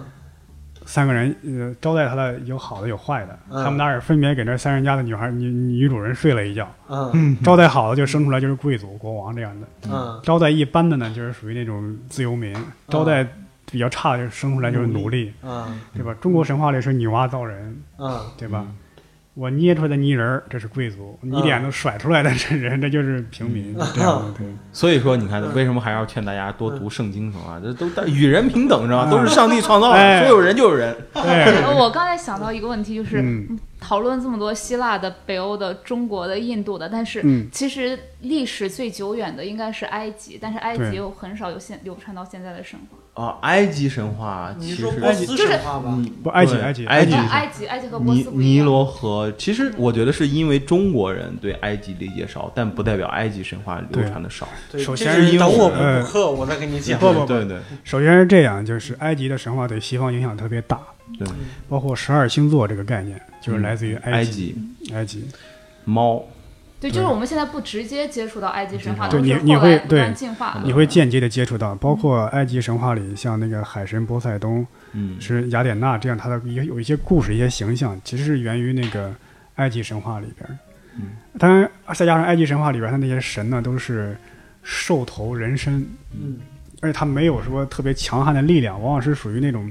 Speaker 1: 三个人呃招待他的有好的有坏的。
Speaker 3: 嗯
Speaker 1: 海姆达尔分别给那三人家的女孩女女主人睡了一觉，
Speaker 3: 嗯
Speaker 1: 招待好的就生出来就是贵族国王这样的，
Speaker 3: 嗯
Speaker 1: 招待一般的呢就是属于那种自由民，招待比较差的就是生出来就是奴隶，
Speaker 3: 嗯
Speaker 1: 对吧？中国神话里是女娲造人，
Speaker 3: 嗯，
Speaker 1: 对吧？我捏出来的泥人儿，这是贵族；你脸都甩出来的这
Speaker 3: <laughs>
Speaker 1: 人，这就是平民。
Speaker 3: 嗯
Speaker 1: 这样的，对，
Speaker 5: 所以说你看为什么还要劝大家多读圣经什么啊？这都但与人平等，知道吗？都是上帝创造
Speaker 1: 哎
Speaker 5: 的，所有人就是人。
Speaker 1: 对，
Speaker 4: 呃我刚才想到一个问题，就是、
Speaker 1: 嗯
Speaker 4: 讨论这么多希腊的、北欧的、中国的、印度的，但是
Speaker 1: 嗯
Speaker 4: 其实历史最久远的应该是埃及，但是埃
Speaker 1: 对
Speaker 4: 及又很少有现流传到现在的神话。
Speaker 5: 啊，埃及神话
Speaker 3: 你
Speaker 5: 其
Speaker 3: 说
Speaker 5: 实
Speaker 3: 波斯
Speaker 4: 就是
Speaker 3: 神话吧，
Speaker 5: 嗯
Speaker 1: 不，埃及，
Speaker 5: 对
Speaker 1: 埃及，
Speaker 5: 埃及
Speaker 1: 及
Speaker 5: 是，
Speaker 4: 啊埃及，埃及和波
Speaker 5: 尼
Speaker 4: 斯不一
Speaker 5: 尼
Speaker 4: 样。
Speaker 5: 罗河，其实我觉得是因为中国人对埃及理解少，但不代表埃及神话流传的少。
Speaker 3: 对，
Speaker 1: 首
Speaker 3: 这
Speaker 1: 先
Speaker 3: 是
Speaker 1: 是因为
Speaker 3: 等我
Speaker 1: 呃
Speaker 3: 们补课，我再跟你讲，
Speaker 1: 不不不
Speaker 5: 对对
Speaker 1: 首先是这样，就是埃及的神话对西方影响特别大，
Speaker 5: 对，嗯
Speaker 1: 包括十二星座这个概念，就是来自于
Speaker 5: 埃
Speaker 1: 及。
Speaker 5: 及
Speaker 1: 埃及，
Speaker 5: 猫，
Speaker 4: 对，就是我们现在不直接接触到埃及神话，
Speaker 1: 对
Speaker 4: 都是
Speaker 1: 你你
Speaker 4: 后来
Speaker 1: 会
Speaker 4: 不断
Speaker 1: 对
Speaker 4: 进化的。
Speaker 1: 你会间接的接触到，包括埃及神话里，像那个海神波塞冬
Speaker 5: 嗯，
Speaker 1: 是雅典娜这样，她的有有一些故事、一些形象，其实是源于那个埃及神话里边儿。
Speaker 5: 嗯
Speaker 1: 当然，再加上埃及神话里边儿，它那些神呢都是兽头人身，
Speaker 3: 嗯
Speaker 1: 而且它没有说特别强悍的力量，往往是属于那种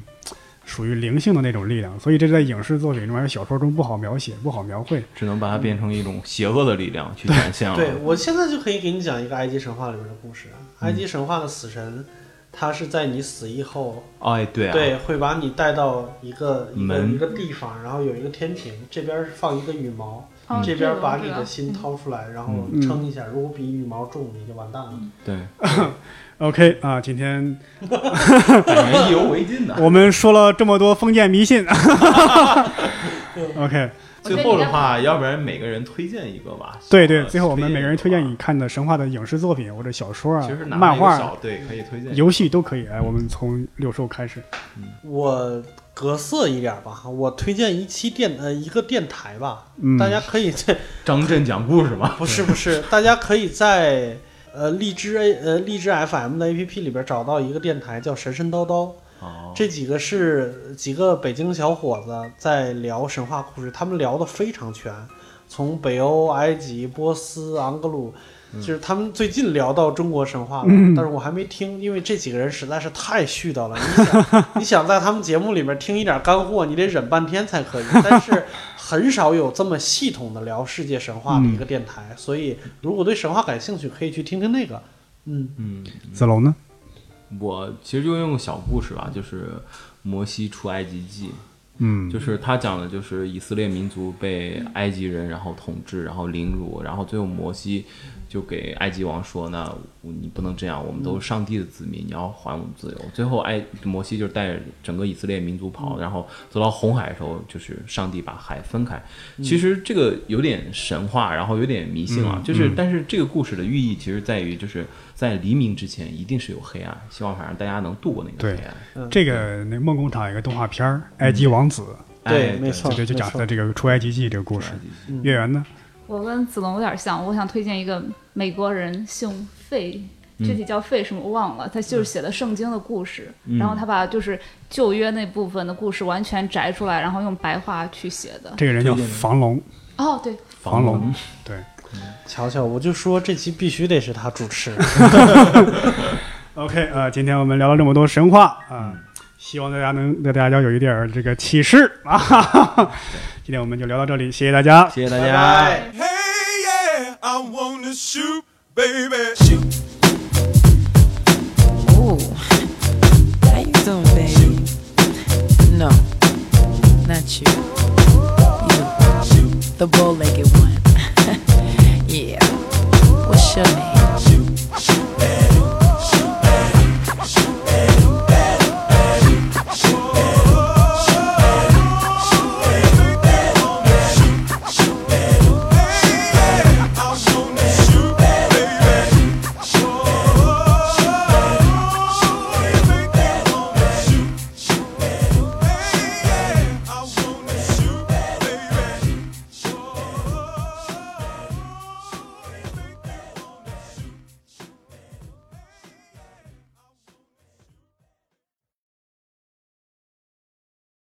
Speaker 1: 属于灵性的那种力量，所以这在影视作品中还有小说中不好描写、不好描绘。
Speaker 5: 只能把它变成一种邪恶的力量去展现了。
Speaker 3: 对，我现在就可以给你讲一个埃及神话里面的故事。啊埃
Speaker 5: 嗯
Speaker 3: 及神话的死神，他是在你死以后，
Speaker 5: 哎，对啊，
Speaker 3: 对，会把你带到一个一个
Speaker 5: 门
Speaker 3: 一个地方，然后有一个天平，这边放一个羽毛，
Speaker 4: 哦
Speaker 3: 这
Speaker 4: 个
Speaker 3: 边
Speaker 4: 我
Speaker 3: 把
Speaker 4: 知
Speaker 3: 你
Speaker 4: 道
Speaker 3: 的心掏出来，然后
Speaker 1: 嗯
Speaker 3: 称一下，如果比羽毛重，你就完蛋
Speaker 4: 嗯
Speaker 3: 了。
Speaker 5: 对，
Speaker 1: OK 啊，今天
Speaker 5: 感觉意犹未尽呢。
Speaker 1: 我们说了这么多封建迷信 <laughs> ，OK。
Speaker 4: 我觉得
Speaker 5: 最后
Speaker 4: 你
Speaker 5: 的
Speaker 4: 要
Speaker 5: 话，要不然每个人推荐一个吧。
Speaker 1: 对对，
Speaker 5: 小的
Speaker 1: 最后我们每个人推荐你
Speaker 5: 一
Speaker 1: 看的神话的影视作品或者小说
Speaker 5: 个
Speaker 1: 啊
Speaker 5: 吧。其实、拿
Speaker 1: 漫
Speaker 5: 一个
Speaker 1: 画啊、
Speaker 5: 小对可以推荐一个。
Speaker 1: 游戏都可以。哎，我们从六兽开始。
Speaker 3: 我隔色一点吧，我推荐一期电呃一个电台吧，
Speaker 1: 嗯，
Speaker 3: 大家可
Speaker 5: <laughs>
Speaker 3: 以在
Speaker 5: 张震讲故
Speaker 1: <laughs>
Speaker 5: 事嘛，
Speaker 3: 不是不是，大家可以在呃荔枝 A 呃荔枝 FM 的 APP 里边找到一个电台叫神神叨叨。
Speaker 5: 哦，
Speaker 3: 这几个是几个北京小伙子在聊神话故事，他们聊得非常全，从北欧、埃及、波斯、昂格鲁，就是他们最近聊到中国神话了，但是我还没听，因为这几个人实在是太絮叨了。你想，你想在他们节目里面听一点干货，你得忍半天才可以。但是很少有这么系统的聊世界神话的一个电台，所以如果对神话感兴趣，可以去听听那个。嗯
Speaker 5: 嗯，
Speaker 1: 子龙呢？
Speaker 5: 我其实就用个小故事吧，就是摩西出埃及记，
Speaker 1: 嗯，
Speaker 5: 就是他讲的就是以色列民族被埃及人然后统治，然后凌辱，然后最后摩西就给埃及王说：“那你不能这样，我们都是上帝的子民，你要还我们自由。”最后埃摩西就带着整个以色列民族跑，然后走到红海的时候，就是上帝把海分开。
Speaker 3: 嗯
Speaker 5: 其实这个有点神话，然后有点迷信啊，就是但是这个故事的寓意其实在于就是在黎明之前一定是有黑暗，希望反正大家能度过那个
Speaker 1: 对
Speaker 5: 黑暗。
Speaker 1: 这个那梦工厂有一个动画片儿《埃及王子》，
Speaker 5: 哎
Speaker 3: 对，没错，
Speaker 1: 对对，就
Speaker 3: 没
Speaker 1: 讲
Speaker 3: 错
Speaker 1: 的这个出埃及记这个故事。
Speaker 3: 嗯
Speaker 1: 月圆呢？
Speaker 4: 我跟子龙有点像，我想推荐一个美国人，姓费，
Speaker 1: 嗯
Speaker 4: 具体叫费什么我忘了，他就是写的圣经的故事，
Speaker 1: 嗯
Speaker 4: 然后他把就是旧约那部分的故事完全摘出来，然后用白话去写的。
Speaker 1: 这个人叫房龙，
Speaker 4: 哦，对，
Speaker 1: 房
Speaker 5: 龙
Speaker 1: 龙，对。
Speaker 3: 瞧瞧，我就说这期必须得是他主持。
Speaker 1: OK，呃，今天我们聊了这么多神话啊、希望大家能对大家有一点儿这个启示啊。 <laughs> 哈哈哈。今天我们就聊到这里，谢谢大家，
Speaker 5: 谢谢大家。
Speaker 6: Hey, yeah, I wanna shoot, baby. Shoot.
Speaker 7: Ooh. How you doing, baby? No, not you. You. The bow leg <laughs>